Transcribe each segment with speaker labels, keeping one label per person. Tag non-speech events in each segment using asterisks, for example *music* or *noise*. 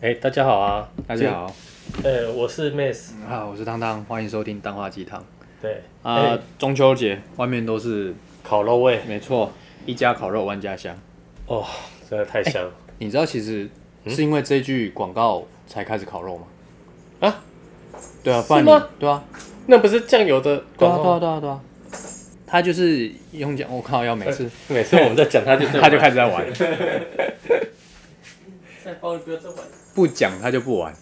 Speaker 1: 哎、大家好啊，
Speaker 2: 大家好，
Speaker 1: 呃、我是 Miss，
Speaker 2: 啊，我是当当，欢迎收听《当话鸡汤》
Speaker 1: 对，
Speaker 2: 啊、
Speaker 1: 哎
Speaker 2: 中秋节外面都是
Speaker 1: 烤肉味，
Speaker 2: 没错，一家烤肉万家香。
Speaker 1: 哦，真的太香了、
Speaker 2: 你知道其实是因为这句广告才开始烤肉吗？
Speaker 1: 啊？
Speaker 2: 对啊，
Speaker 1: 是
Speaker 2: 不然你
Speaker 1: 吗
Speaker 2: 对啊，
Speaker 1: 那不是酱油的
Speaker 2: 对啊，
Speaker 1: 广
Speaker 2: 对啊，
Speaker 1: 告，
Speaker 2: 对啊，对啊。他就是用讲，我靠，要每次
Speaker 1: 每次我们在讲它就
Speaker 2: 哎
Speaker 1: *laughs*
Speaker 2: 他就开始在玩，
Speaker 1: 再包你不要再玩，
Speaker 2: 不讲他就不玩。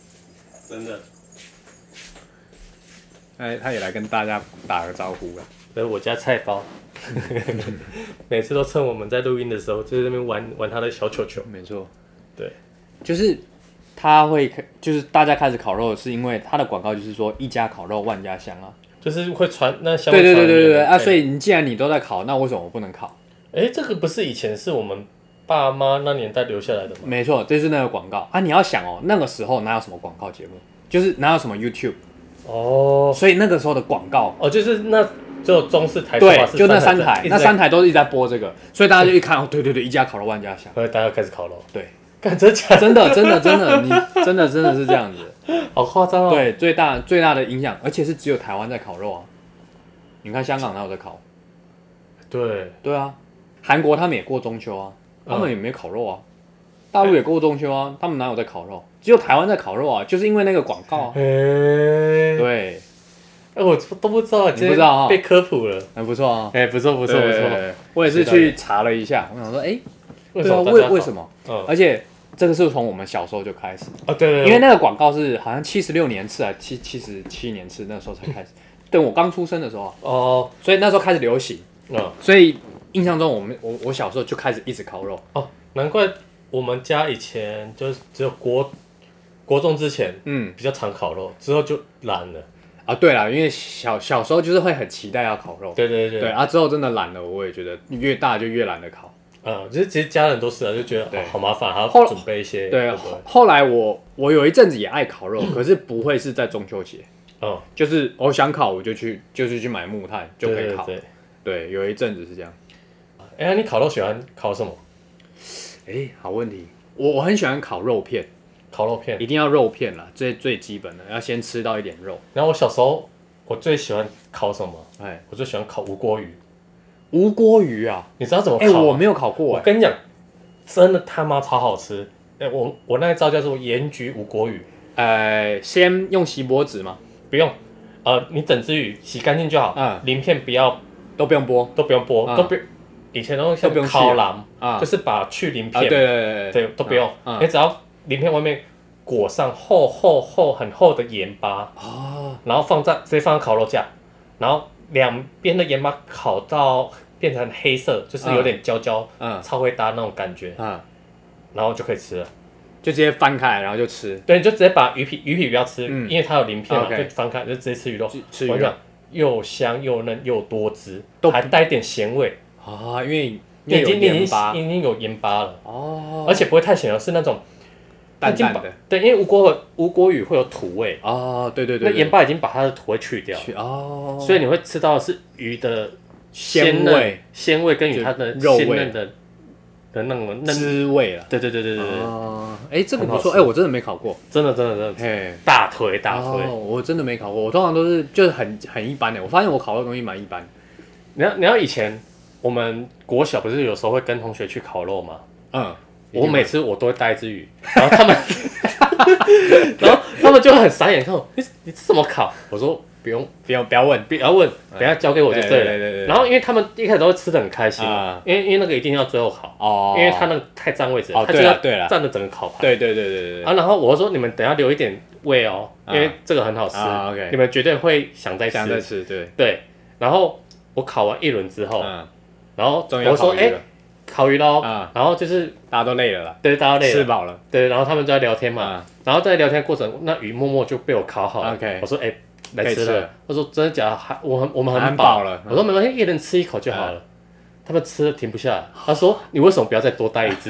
Speaker 1: 真的。
Speaker 2: 哎，他也来跟大家打个招呼了。
Speaker 1: 所以我家菜包， *laughs* 每次都趁我们在录音的时候，就在那边玩玩他的小球球。
Speaker 2: 没错，
Speaker 1: 对，
Speaker 2: 就是他会开，就是大家开始烤肉，是因为他的广告就是说一家烤肉万家香啊。
Speaker 1: 就是会传那香
Speaker 2: 对
Speaker 1: 味
Speaker 2: 对对
Speaker 1: 传
Speaker 2: 对对
Speaker 1: 染
Speaker 2: 对
Speaker 1: 的概
Speaker 2: 啊！
Speaker 1: 念
Speaker 2: 所以你既然你都在烤，那为什么我不能烤？
Speaker 1: 哎、这个不是以前是我们爸妈那年代留下来的吗？
Speaker 2: 没错，这是那个广告啊！你要想哦，那个时候哪有什么广告节目，就是哪有什么 YouTube，
Speaker 1: 哦
Speaker 2: 所以那个时候的广告，
Speaker 1: 哦，就是那只有中式台式
Speaker 2: 对
Speaker 1: 哎法，式
Speaker 2: 就那
Speaker 1: 三
Speaker 2: 三台
Speaker 1: 一，直
Speaker 2: 那
Speaker 1: 在
Speaker 2: 三台都一直在播这个，所以大家就一看，哦，
Speaker 1: *laughs*
Speaker 2: 对对对，一家烤肉万家香，
Speaker 1: 所以大家开始烤肉，
Speaker 2: 对，
Speaker 1: 干真假的
Speaker 2: 真的真的
Speaker 1: *laughs*
Speaker 2: 真的，你真的真的是这样子，
Speaker 1: 好夸张哦！
Speaker 2: 对，最大最大的影响，而且是只有台湾在烤肉啊，你看香港哪有在烤？
Speaker 1: 对，
Speaker 2: 对啊，韩国他们也过中秋啊，
Speaker 1: 嗯
Speaker 2: 他们也没烤肉啊，大陆也过中秋啊，他们哪有在烤肉？只有台湾在烤肉啊，就是因为那个广告
Speaker 1: *laughs*
Speaker 2: 啊。
Speaker 1: 哎、
Speaker 2: 对，
Speaker 1: 哎，我都不知道，今
Speaker 2: 不
Speaker 1: 天
Speaker 2: 知道啊
Speaker 1: 被科普了。
Speaker 2: 很不错啊，
Speaker 1: 哎、不错不
Speaker 2: 不
Speaker 1: 错不错，，
Speaker 2: 我也是
Speaker 1: 知道了
Speaker 2: 去查了一下，我想说，哎，
Speaker 1: 为
Speaker 2: 对
Speaker 1: 什
Speaker 2: 啊，
Speaker 1: 么大
Speaker 2: 为
Speaker 1: 家
Speaker 2: 为
Speaker 1: 好
Speaker 2: 什么？
Speaker 1: 嗯，
Speaker 2: 而且这个是从我们小时候就开始，
Speaker 1: 哦，对对对，
Speaker 2: 因为那个广告是好像七十六年次啊，七七十七年次那时候才
Speaker 1: *laughs*
Speaker 2: 开始，等我刚出生的时候啊，
Speaker 1: 哦，
Speaker 2: 所以那时候开始流行，
Speaker 1: 嗯
Speaker 2: 所以印象中我们我我小时候就开始一直烤肉，
Speaker 1: 哦，难怪我们家以前就是只有国国中之前
Speaker 2: 嗯。
Speaker 1: 比较常烤肉，之后就懒了。
Speaker 2: 啊，对了，因为小小时候就是会很期待要烤肉，
Speaker 1: 对对对
Speaker 2: 对，啊，之后真的懒了，我也觉得越大就越懒得烤。
Speaker 1: 嗯，就是其实家人都是啊，就觉得
Speaker 2: 对
Speaker 1: 哦好麻烦，还
Speaker 2: 后
Speaker 1: 要准备一些，
Speaker 2: 对，啊
Speaker 1: 不
Speaker 2: 后后来我我有一阵子也爱烤
Speaker 1: 嗯
Speaker 2: 肉，可是不会是在中秋节，
Speaker 1: 哦，
Speaker 2: 就是我想烤我就去就是去买木炭就可以
Speaker 1: 对
Speaker 2: 烤。
Speaker 1: 对对。
Speaker 2: 对，有一阵子是这样。
Speaker 1: 哎、那你烤肉喜欢烤什么？
Speaker 2: 哎，好问题，我我很喜欢烤肉片，
Speaker 1: 烤肉片
Speaker 2: 一。定要肉片啦，最最基本的要先吃到一点肉。
Speaker 1: 然后我小时候我最喜欢烤什么？
Speaker 2: 哎，
Speaker 1: 我最喜欢烤无锅鱼。
Speaker 2: 无锅鱼啊，
Speaker 1: 你知道怎么烤
Speaker 2: 哎，
Speaker 1: 吗？
Speaker 2: 我没有烤过
Speaker 1: 我
Speaker 2: 哎，
Speaker 1: 跟你讲，真的他妈超好吃。哎、我我那一招叫做盐焗无国鱼，
Speaker 2: 呃，先用锡箔纸嘛，
Speaker 1: 不用，呃，你整只鱼洗干净就好，
Speaker 2: 嗯
Speaker 1: 鳞片不要
Speaker 2: 都不用剥
Speaker 1: 都不用剥，
Speaker 2: 嗯
Speaker 1: 都不以前都
Speaker 2: 都
Speaker 1: 像
Speaker 2: 不用去
Speaker 1: 烤狼，
Speaker 2: 啊
Speaker 1: 就。是把去鳞
Speaker 2: 啊，
Speaker 1: 片，
Speaker 2: 对对对
Speaker 1: 对都不用，
Speaker 2: 嗯嗯
Speaker 1: 你只要鳞片外面裹上厚厚厚很厚的盐巴，
Speaker 2: 哦，
Speaker 1: 然后放在直接放在烤肉架，然后两边的盐巴烤到变成黑色，
Speaker 2: 啊
Speaker 1: 就是有点焦焦，
Speaker 2: 嗯
Speaker 1: 超会搭那种感觉，
Speaker 2: 嗯，
Speaker 1: 然后就可以吃了。
Speaker 2: 就直接翻开来，然后就吃，
Speaker 1: 对，你就直接把鱼皮鱼皮不要吃，
Speaker 2: 嗯
Speaker 1: 因为它有鳞片嘛，
Speaker 2: OK
Speaker 1: 就翻开就直接吃鱼肉。
Speaker 2: 吃吃鱼
Speaker 1: 我跟你
Speaker 2: 肉
Speaker 1: 讲，又香又嫩又多汁
Speaker 2: 都，不
Speaker 1: 还带一点咸味。
Speaker 2: 啊，因为
Speaker 1: 你
Speaker 2: 因
Speaker 1: 已
Speaker 2: 为有
Speaker 1: 经你已
Speaker 2: 盐
Speaker 1: 经
Speaker 2: 巴
Speaker 1: 已经有盐巴了，
Speaker 2: 哦，
Speaker 1: 而且不会太咸了，是那种它已
Speaker 2: 淡
Speaker 1: 经
Speaker 2: 淡
Speaker 1: 把
Speaker 2: 的
Speaker 1: 对，因为无锅无锅鱼会有土味，
Speaker 2: 哦，对对
Speaker 1: 那
Speaker 2: 对，
Speaker 1: 盐巴已经把它的土味去掉，
Speaker 2: 去哦，
Speaker 1: 所以你会吃到的是鱼的
Speaker 2: 鲜
Speaker 1: 嫩
Speaker 2: 味、
Speaker 1: 鲜味跟鱼
Speaker 2: 就
Speaker 1: 它的
Speaker 2: 肉
Speaker 1: 鲜
Speaker 2: 味
Speaker 1: 嫩的的那种嫩。
Speaker 2: 滋味了。
Speaker 1: 对对对对对对，
Speaker 2: 哦，哎，这个
Speaker 1: 很好
Speaker 2: 不错，
Speaker 1: 吃
Speaker 2: 哎，我真的没考过，
Speaker 1: 真的真的真的
Speaker 2: 嘿，
Speaker 1: 大腿大腿。
Speaker 2: 哦，我真的没考过，我通常都是就是很很一般的，我发现我烤的东西蛮一般，
Speaker 1: 你要你要以前我们国小不是有时候会跟同学去烤肉吗？
Speaker 2: 嗯，
Speaker 1: 我每次我都会带一只鱼，然后他们， *laughs* 然后他们就会很傻眼看我，你你这怎么烤？我说不用，
Speaker 2: 不要不要问
Speaker 1: 不要问，等一下交给我就对了。
Speaker 2: 嗯对对对对对
Speaker 1: 然后因为他们一开始都会吃的很开心嘛，
Speaker 2: 啊
Speaker 1: 因为因为那个一定要最后烤，
Speaker 2: 哦，
Speaker 1: 因为他那个太占位置了，
Speaker 2: 哦
Speaker 1: 他就
Speaker 2: 对
Speaker 1: 要
Speaker 2: 了对了
Speaker 1: 占了整个烤盘。
Speaker 2: 对对对对对对，
Speaker 1: 啊，然后我说你们等一下留一点味哦，因
Speaker 2: 啊
Speaker 1: 为这个很好吃
Speaker 2: 啊，OK
Speaker 1: 你们绝对会想再
Speaker 2: 想再
Speaker 1: 吃。
Speaker 2: 吃，对，
Speaker 1: 对，然后我烤完一轮之后，
Speaker 2: 嗯，
Speaker 1: 然后
Speaker 2: 终于要
Speaker 1: 我说
Speaker 2: 烤
Speaker 1: 哎
Speaker 2: 鱼了，，
Speaker 1: 烤鱼喽，哦
Speaker 2: 啊
Speaker 1: 然后就是
Speaker 2: 大家都累了啦，
Speaker 1: 对大家累
Speaker 2: 吃
Speaker 1: 了，
Speaker 2: 饱了，
Speaker 1: 对，然后他们就在聊天嘛，
Speaker 2: 啊
Speaker 1: 然后在聊天过程，那鱼默默就被我烤好了。
Speaker 2: OK
Speaker 1: 我说哎、
Speaker 2: 可
Speaker 1: 来
Speaker 2: 以
Speaker 1: 吃
Speaker 2: 吃
Speaker 1: 了
Speaker 2: 了，
Speaker 1: 他说真的假的？还我很我们
Speaker 2: 很
Speaker 1: 很
Speaker 2: 饱了嗯啊
Speaker 1: 我说没关系，一人吃一口就好了。他们吃了停不下来，他说你为什么不要再多带一
Speaker 2: *laughs*
Speaker 1: 只？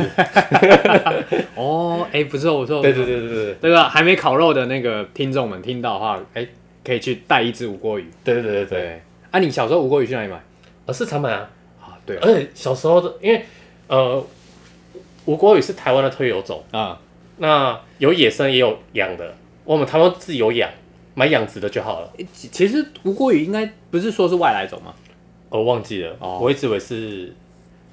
Speaker 2: 哦，哎，不错不错，
Speaker 1: 对对对对对
Speaker 2: 那个还没烤肉的那个听众们听到的话，哎、可以去带一只无锅鱼。
Speaker 1: 对对对对对，
Speaker 2: 对，啊，你小时候无锅鱼去哪里买？
Speaker 1: 呃是常买啊，
Speaker 2: 啊，对
Speaker 1: 而且小时候的因为呃。吴国语是台湾的特有种，
Speaker 2: 啊，
Speaker 1: 那有野生也有养的，我们台湾自己有养，买养殖的就好了。
Speaker 2: 诶其其实无锅鱼应该不是说是外来种吗？
Speaker 1: 我忘记了，
Speaker 2: 哦
Speaker 1: 我一直以为是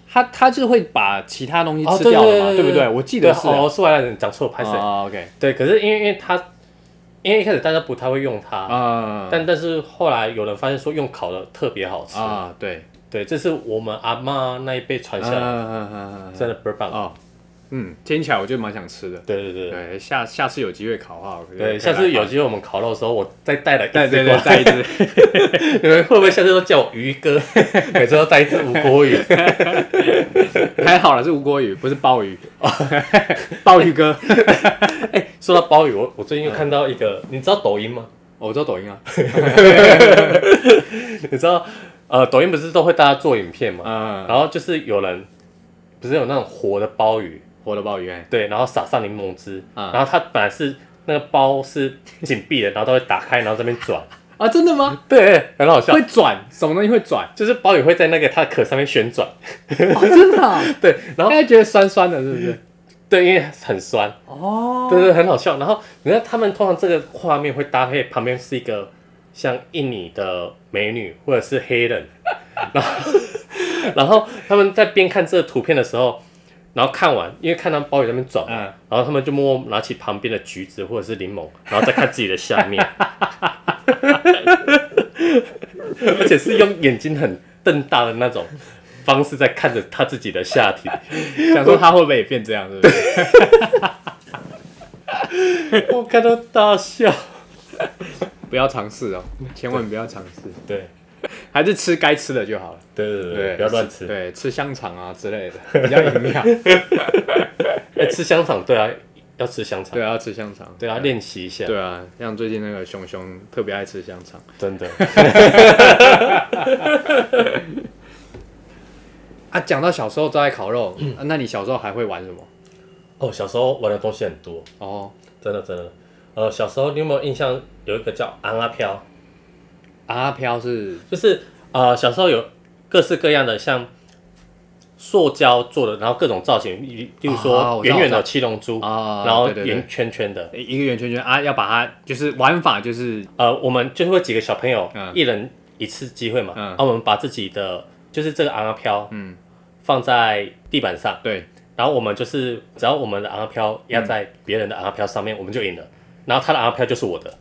Speaker 2: 它它就是会把其他东西
Speaker 1: 哦
Speaker 2: 吃
Speaker 1: 对
Speaker 2: 掉了嘛，
Speaker 1: 对对
Speaker 2: 不
Speaker 1: 对
Speaker 2: 对？我记得是
Speaker 1: 对哦，是外来人讲错，拍
Speaker 2: 啊
Speaker 1: 谁？
Speaker 2: 啊，OK
Speaker 1: 对，可是因为因为它，因为一开始大家不太会用它，
Speaker 2: 啊，
Speaker 1: 但但是后来有人发现说用烤的特别好吃，
Speaker 2: 啊对，
Speaker 1: 对，这是我们阿嬷那一辈传下来，
Speaker 2: 嗯
Speaker 1: 真的倍儿棒。
Speaker 2: 哦，嗯，听起来我就蛮想吃的。
Speaker 1: 对对对对
Speaker 2: 对，下下次有机会烤的话，我可以
Speaker 1: 对，下次 *laughs* 有机会我们烤肉的时候，我再带了一
Speaker 2: 对
Speaker 1: 只
Speaker 2: 对
Speaker 1: 过
Speaker 2: 对，
Speaker 1: 来，
Speaker 2: 再一只。
Speaker 1: 你们 *laughs* 会不会下次都叫我鱼哥？每次都带一只无锅
Speaker 2: *laughs*
Speaker 1: 鱼。
Speaker 2: 还好了，是无锅鱼，不是鲍鱼。 *laughs* 鲍鱼哥，
Speaker 1: 说到鲍鱼，我我最近又看到一个，你知道抖音吗？
Speaker 2: 我做抖音啊。
Speaker 1: 你知道呃，抖音不是都会大家做影片嘛？
Speaker 2: 嗯，
Speaker 1: 然后就是有人不是有那种活的鲍鱼，
Speaker 2: 活的鲍鱼哎。
Speaker 1: 对，然后撒上柠檬汁，
Speaker 2: 嗯
Speaker 1: 然后它本来是那个包是紧闭的，然后它会打开，然后这边转，
Speaker 2: 啊，真的吗？
Speaker 1: 对，很好笑
Speaker 2: 会。转，什么东西会转？
Speaker 1: 就是鲍鱼会在那个它的壳上面旋转，
Speaker 2: 哦，真的啊。
Speaker 1: 对，然
Speaker 2: 大
Speaker 1: 后
Speaker 2: 家觉得酸酸的，是不是？
Speaker 1: 对，因为很酸，
Speaker 2: 哦
Speaker 1: 对对，很好笑。然后你看他们通常这个画面会搭配旁边是一个像印尼的美女或者是黑人， *laughs* 然后然后他们在边看这个图片的时候，然后看完，因为看到鲍鱼在那边转嘛，
Speaker 2: 嗯
Speaker 1: 然后他们就默默拿起旁边的橘子或者是柠檬，然后再看自己的下 *laughs* 面，而且是用眼睛很瞪大的那种方式在看着他自己的下体。
Speaker 2: 想说他会不会也变这样，是不是？
Speaker 1: *laughs* 我看到大笑。
Speaker 2: 不要尝试哦，千万不要尝试，
Speaker 1: 对
Speaker 2: 还是吃该吃的就好了。
Speaker 1: 对对对
Speaker 2: 对，
Speaker 1: 对，不要乱吃。
Speaker 2: 对，吃香肠啊之类 *laughs* 的，比较营养。
Speaker 1: 哎、吃香肠，对啊，要吃香肠
Speaker 2: 对，啊，要吃香肠。
Speaker 1: 对啊，练习一下，
Speaker 2: 对啊，像最近那个熊熊特别爱吃香肠。
Speaker 1: 真的。
Speaker 2: 啊，讲到小时候都爱烤 *clears throat* 肉，啊那你小时候还会玩什么？
Speaker 1: 哦，小时候玩的东西很多，
Speaker 2: 哦，
Speaker 1: 真的真的。呃，小时候你有没有印象有一个叫昂阿飘，
Speaker 2: 阿啊飘是
Speaker 1: 就是呃小时候有各式各样的像塑胶做的，然后各种造型，例例如
Speaker 2: 啊
Speaker 1: 说
Speaker 2: 我知
Speaker 1: 圆
Speaker 2: 道
Speaker 1: 圆
Speaker 2: 我
Speaker 1: 的
Speaker 2: 知
Speaker 1: 七龙珠，
Speaker 2: 啊
Speaker 1: 然后
Speaker 2: 对对对
Speaker 1: 圆圈圈的。
Speaker 2: 一个圆圈圈啊，要把它就是玩法就是
Speaker 1: 呃，我们就是会几个小朋友，
Speaker 2: 嗯
Speaker 1: 一人一次机会嘛，啊
Speaker 2: 嗯
Speaker 1: 然后我们把自己的就是这个昂阿飘
Speaker 2: 嗯，
Speaker 1: 放在地板上。
Speaker 2: 对，
Speaker 1: 然后我们就是只要我们的阿飘压
Speaker 2: 嗯
Speaker 1: 在别人的阿飘上面，我们就赢了。然后他的阿飘就是我的，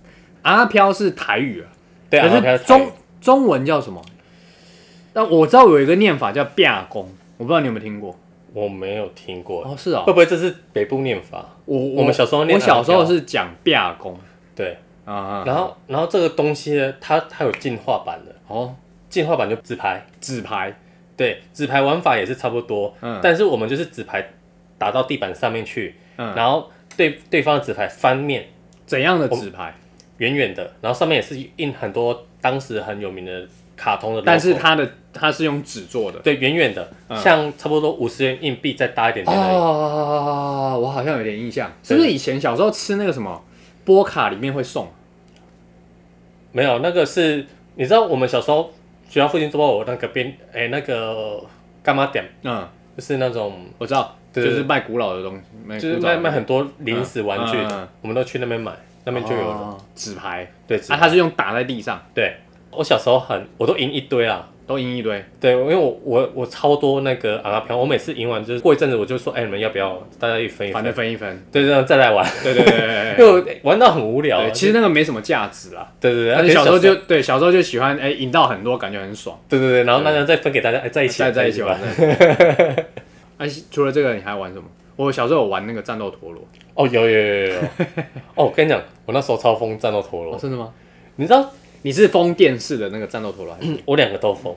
Speaker 2: 阿啊飘是台语啊，
Speaker 1: 对，阿
Speaker 2: 可
Speaker 1: 飘
Speaker 2: 是中中文叫什么？但我知道有一个念法叫“变公”，我不知道你有没有听过。
Speaker 1: 我没有听过，
Speaker 2: 哦，是哦
Speaker 1: 会，不会这是北部念法？
Speaker 2: 我
Speaker 1: 我们小时候念
Speaker 2: 我小时候
Speaker 1: 阿飘
Speaker 2: 是讲“变公
Speaker 1: 对，”
Speaker 2: 啊，
Speaker 1: 然后然后这个东西呢，它它有进化版的，
Speaker 2: 哦，
Speaker 1: 进化版就纸牌，
Speaker 2: 纸牌
Speaker 1: 对，纸牌玩法也是差不多，
Speaker 2: 嗯
Speaker 1: 但是我们就是纸牌打到地板上面去，
Speaker 2: 嗯
Speaker 1: 然后对对方的纸牌翻面
Speaker 2: 怎样的纸牌？
Speaker 1: 圆圆的，然后上面也是印很多当时很有名的卡通的 logo，
Speaker 2: 但是它的它是用纸做的。
Speaker 1: 对，远远的，
Speaker 2: 嗯
Speaker 1: 像差不多五十元硬币再大一点点而已。
Speaker 2: 哦，我好像有点印象，是不是以前小时候吃那个什么波卡里面会送？
Speaker 1: 没有，那个是你知道我们小时候学校附近都有那个边哎、那个干嘛点，
Speaker 2: 嗯，
Speaker 1: 就是那种
Speaker 2: 我知道，就
Speaker 1: 对对
Speaker 2: 是卖古老的东西，就
Speaker 1: 就是卖卖很多零食
Speaker 2: 嗯
Speaker 1: 玩具，
Speaker 2: 嗯嗯嗯
Speaker 1: 我们都去那边买，那边就有了。
Speaker 2: 哦纸牌
Speaker 1: 对，
Speaker 2: 啊，它是用打在地上，
Speaker 1: 对我小时候很我都赢一堆啦。
Speaker 2: 都赢一堆。
Speaker 1: 对，因为我我我超多那个阿拉飘，我每次赢完就是过一阵子我就说，哎、你们要不要大家一分一
Speaker 2: 反
Speaker 1: 分？
Speaker 2: 正分一分。
Speaker 1: 对，这样再来玩，
Speaker 2: 对对对对
Speaker 1: 因
Speaker 2: *laughs* 对
Speaker 1: 为我玩到很无聊啊。
Speaker 2: 对，其实那个没什么价值啦。
Speaker 1: 对对对，
Speaker 2: 但
Speaker 1: 而
Speaker 2: 是
Speaker 1: 且
Speaker 2: 小时候就对，小时候就喜欢哎，赢到很多，感觉很爽，
Speaker 1: 对对对，然后大家再分给大家，哎，在一起
Speaker 2: 在在一起玩
Speaker 1: 吧。。 *laughs*
Speaker 2: 哎，除了这个，你还玩什么？我小时候有玩那个战斗陀螺，
Speaker 1: 哦，有有有有有。哦，我跟你讲，我那时候超疯战斗陀螺，
Speaker 2: 真的吗？
Speaker 1: 你知道
Speaker 2: 你是封电视的那个战斗陀螺，还
Speaker 1: *laughs*
Speaker 2: 是
Speaker 1: 我两个都疯。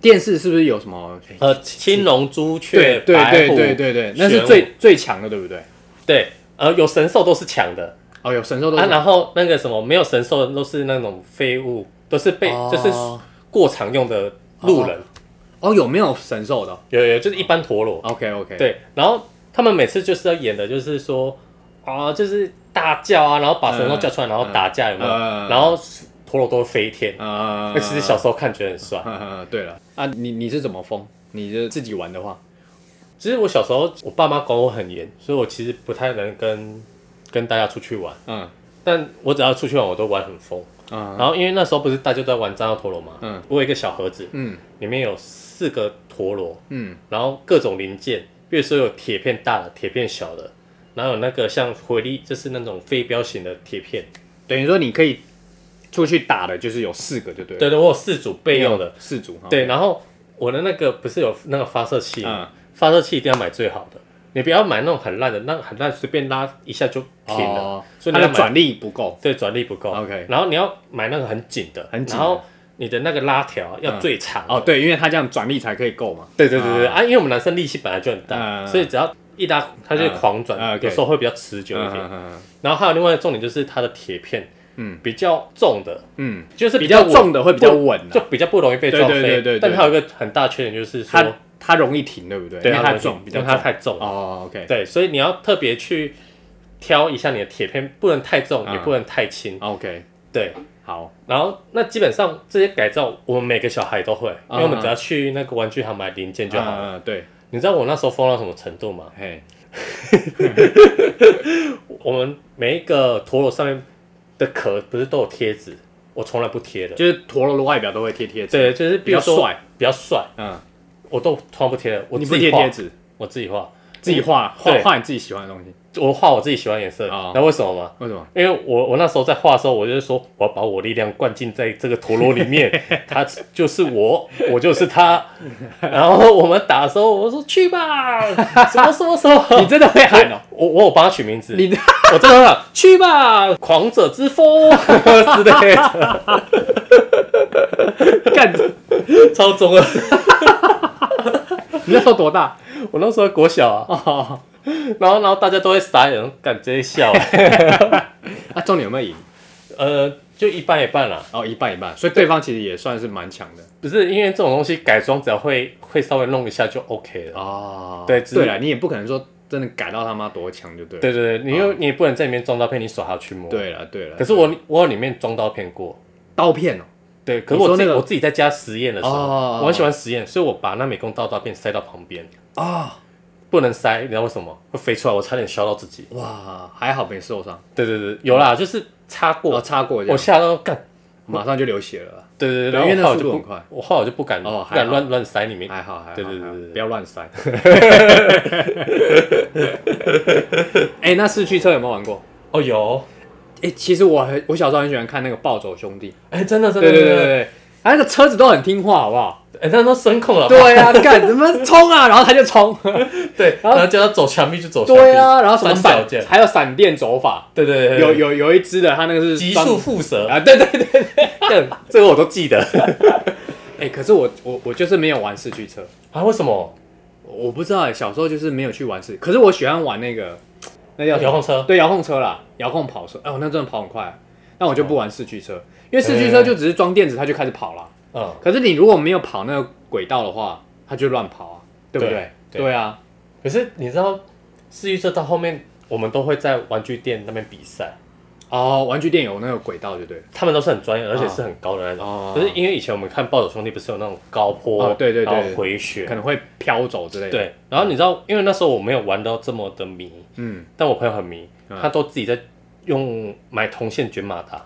Speaker 2: 电视是不是有什么哎
Speaker 1: 呃，青龙、朱
Speaker 2: 对
Speaker 1: 雀、
Speaker 2: 对
Speaker 1: 白虎，
Speaker 2: 对对对对，那
Speaker 1: 玄
Speaker 2: 是
Speaker 1: 武
Speaker 2: 最最强的，对不对？
Speaker 1: 对。呃，有神兽都是抢的
Speaker 2: 哦，有神兽都
Speaker 1: 啊，
Speaker 2: 是
Speaker 1: 然后那个什么没有神兽的都是那种废物，都是被
Speaker 2: 哦
Speaker 1: 就是过场用的路人，
Speaker 2: 哦，有没有神兽的
Speaker 1: 有有就是一般陀螺。
Speaker 2: ？OK OK，，
Speaker 1: 对，然后他们每次就是要演的，就是说啊，就是大叫啊，然后把神兽叫出来，然后打架，有没有？
Speaker 2: 嗯
Speaker 1: 然后陀螺都会飞天，
Speaker 2: 呃
Speaker 1: 那其实
Speaker 2: 嗯 *laughs*
Speaker 1: 小时候看觉得很帅。
Speaker 2: 呃，对了啊，你你是怎么封？你是自己玩的话，
Speaker 1: 其实我小时候我爸妈管我很严，所以我其实不太能跟跟大家出去玩。
Speaker 2: 嗯
Speaker 1: 但我只要出去玩，我都玩很疯。
Speaker 2: 嗯
Speaker 1: 然后因为那时候不是大家都在玩战斗陀螺嘛，
Speaker 2: 嗯
Speaker 1: 我有一个小盒子，
Speaker 2: 嗯
Speaker 1: 里面有四个陀螺，
Speaker 2: 嗯
Speaker 1: 然后各种零件，比如说有铁片大的、铁片小的，然后有那个像回力，就是那种飞镖型的铁片。
Speaker 2: 等于说你可以出去打的，就是有四个，就对了。
Speaker 1: 对对，我有四组备用的。
Speaker 2: 四组哈。
Speaker 1: 对，然后我的那个不是有那个发射器吗，
Speaker 2: 嗯
Speaker 1: 发射器一定要买最好的，你不要买那种很烂的，那很烂随便拉一下就停了，
Speaker 2: 哦
Speaker 1: 所以
Speaker 2: 它
Speaker 1: 你要
Speaker 2: 的
Speaker 1: 买
Speaker 2: 转力不够。
Speaker 1: 对转力不够。
Speaker 2: OK
Speaker 1: 然后你要买那个很紧的，
Speaker 2: 很紧的
Speaker 1: 然后你的那个拉条要最长的
Speaker 2: 哦，对，因为它这样转力才可以够嘛。
Speaker 1: 对对对对啊因为我们男生力气本来就很大，
Speaker 2: 嗯
Speaker 1: 所以只要一拉，它就会狂转，
Speaker 2: 嗯嗯，OK
Speaker 1: 有时候会比较持久一
Speaker 2: 嗯
Speaker 1: 点。
Speaker 2: 嗯嗯
Speaker 1: 然后还有另外一个重点就是它的铁片，
Speaker 2: 嗯，
Speaker 1: 比较重的，
Speaker 2: 嗯，
Speaker 1: 就是
Speaker 2: 比
Speaker 1: 较
Speaker 2: 较
Speaker 1: 稳
Speaker 2: 重的会比较稳啊
Speaker 1: 就比较不容易被撞飞。
Speaker 2: 对对对对对
Speaker 1: 但它有一个很大缺点就是说，
Speaker 2: 它它容易停，对不对？
Speaker 1: 对
Speaker 2: 因为
Speaker 1: 它
Speaker 2: 它
Speaker 1: 容易
Speaker 2: 重，比较
Speaker 1: 因为它
Speaker 2: 重。
Speaker 1: 太重。
Speaker 2: 哦，OK。
Speaker 1: 对，所以你要特别去挑一下你的铁片，不能太重，
Speaker 2: 嗯
Speaker 1: 也不能太轻。
Speaker 2: OK，
Speaker 1: 对，
Speaker 2: 好，
Speaker 1: 然后那基本上这些改造，我们每个小孩都会，因为我们
Speaker 2: 嗯
Speaker 1: 只要去那个玩具行买零件就好了。
Speaker 2: 嗯，嗯对，
Speaker 1: 你知道我那时候疯到什么程度吗？
Speaker 2: 嘿，
Speaker 1: 我们每一个陀螺上面的壳不是都有贴纸，我从来不贴的。
Speaker 2: 就是陀螺的外表都会贴贴纸。
Speaker 1: 对，就是比如说
Speaker 2: 比较帅，
Speaker 1: 比较帅，
Speaker 2: 嗯，
Speaker 1: 我都从来不贴的。我
Speaker 2: 你
Speaker 1: 自
Speaker 2: 不
Speaker 1: 己
Speaker 2: 贴
Speaker 1: 画
Speaker 2: 贴，纸，
Speaker 1: 我自己画，
Speaker 2: 自己画画
Speaker 1: 对
Speaker 2: 画你自己喜欢的东西，
Speaker 1: 我画我自己喜欢的颜色
Speaker 2: 哦。
Speaker 1: 那为什么吗？
Speaker 2: 为什么？
Speaker 1: 因为我我那时候在画的时候，我就是说我要把我力量灌进在这个陀螺里
Speaker 2: *laughs*
Speaker 1: 面，它就是我，我就是它。然后我们打的时候，我说去吧，什么什么什么，
Speaker 2: *laughs* 你真的会喊哦？
Speaker 1: 我我有帮他取名字，
Speaker 2: 你
Speaker 1: 我真的想去吧，狂者之
Speaker 2: *laughs*
Speaker 1: 风之类的，
Speaker 2: 干，
Speaker 1: 超中二。
Speaker 2: *laughs* 你那时候多大？
Speaker 1: 我那时候国小啊，
Speaker 2: 哦，
Speaker 1: 然后然后大家都会傻眼，敢直接笑、
Speaker 2: *laughs* 啊，重点有没有赢？
Speaker 1: 呃，就一半一半啦，
Speaker 2: 哦，一半一半，所以对方其实也算是蛮强的
Speaker 1: 不是因为这种东西改装只要会会稍微弄一下就 OK 了。
Speaker 2: 哦
Speaker 1: 对只是
Speaker 2: 对了，你也不可能说真的改到他妈多强就对了。
Speaker 1: 对对对，你又、你也不能在里面装刀片，你手还要去摸。，
Speaker 2: 哦对了对了，
Speaker 1: 可是我我有里面装刀片过。
Speaker 2: 刀片哦，
Speaker 1: 对，可是我自己、
Speaker 2: 你说那个
Speaker 1: 我自己在家实验的时候，
Speaker 2: 哦
Speaker 1: 我很喜欢实验，所以我把那美工刀刀片塞到旁边，
Speaker 2: 啊
Speaker 1: 不能塞，你知道为什么？会飞出来，我差点削到自己。
Speaker 2: 哇，还好没受伤，
Speaker 1: 对对对，有啦，就是擦过，
Speaker 2: 我哦擦过这
Speaker 1: 我
Speaker 2: 样，
Speaker 1: 吓到干。
Speaker 2: 马上就流血了，
Speaker 1: 对对对，
Speaker 2: 对因为那
Speaker 1: 我后来
Speaker 2: 速
Speaker 1: 就不
Speaker 2: 度很快
Speaker 1: 我后来就不敢
Speaker 2: 哦
Speaker 1: 不敢
Speaker 2: 还好
Speaker 1: 乱乱塞里面。
Speaker 2: 还好还好，
Speaker 1: 对对对
Speaker 2: 还好
Speaker 1: 对对
Speaker 2: 不要乱 *laughs* 塞。哎，那四驱车有没有玩过？
Speaker 1: 哦，有，
Speaker 2: 哎，其实我很我小时候很喜欢看那个《暴走兄弟》，
Speaker 1: 哎，真的真的
Speaker 2: 对对对对，对，他那个车子都很听话，好不好？
Speaker 1: 哎，那都声控了吧，
Speaker 2: *laughs* 对啊，干怎么冲 *laughs* 啊？然后他就冲，
Speaker 1: 对，然后叫他走墙壁就走墙壁，
Speaker 2: 对 *laughs* 啊，然后什么
Speaker 1: 三角
Speaker 2: 闪
Speaker 1: 剑，
Speaker 2: 还有闪电走法，
Speaker 1: 对对对，对
Speaker 2: 有有有一只的，他那个是
Speaker 1: 极
Speaker 2: 双
Speaker 1: 速蝮蛇，
Speaker 2: 啊，对对对对。 *laughs*
Speaker 1: 干这个我都记得 *laughs*
Speaker 2: 哎、可是我我我就是没有玩四驱车，
Speaker 1: 啊，为什么
Speaker 2: 我不知道、欸、小时候就是没有去玩四，可是我喜欢玩那个那叫什么
Speaker 1: 遥控车？
Speaker 2: 对遥控车啦，遥控跑车。哎、我那真的跑很快、那我就不玩四驱车，因为四驱车就只是装电子，它就开始跑了。
Speaker 1: 嗯，
Speaker 2: 可是你如果没有跑那个轨道的话，它就乱跑啊，对不对？
Speaker 1: 对对
Speaker 2: 啊，
Speaker 1: 可是你知道，四驱车到后面我们都会在玩具店那边比赛，
Speaker 2: 哦，玩具店有那个轨道就对了。
Speaker 1: 他们都是很专业，而且是很高的那
Speaker 2: 哦
Speaker 1: 种，可是因为以前我们看《暴走兄弟》不是有那种高坡，
Speaker 2: 哦对对对
Speaker 1: 然后回旋
Speaker 2: 可，能会飘走之类的。，
Speaker 1: 对，然后你知道，因为那时候我没有玩到这么的迷，
Speaker 2: 嗯，
Speaker 1: 但我朋友很迷，
Speaker 2: 嗯
Speaker 1: 他都自己在用买铜线卷马达。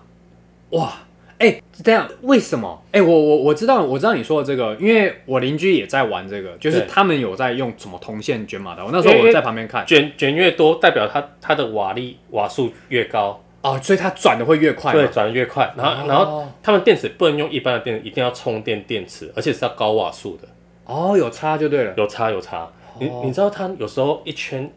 Speaker 2: 哇，哎、这样为什么？哎、我我我知道，我知道你说的这个，因为我邻居也在玩这个，就是
Speaker 1: 对
Speaker 2: 他们有在用什么铜线卷马达。我那时候
Speaker 1: 因为
Speaker 2: 我在旁边看，
Speaker 1: 卷卷越多，代表它它的瓦力瓦数越高，
Speaker 2: 哦，所以它转的会越快哦
Speaker 1: 对，
Speaker 2: 嘛。
Speaker 1: 转的越快。然后、然后他们电池不能用一般的电池，一定要充电电池，而且是要高瓦数的，
Speaker 2: 哦，有差就对了。
Speaker 1: 有差有
Speaker 2: 哦
Speaker 1: 差。你你知道它有时候一圈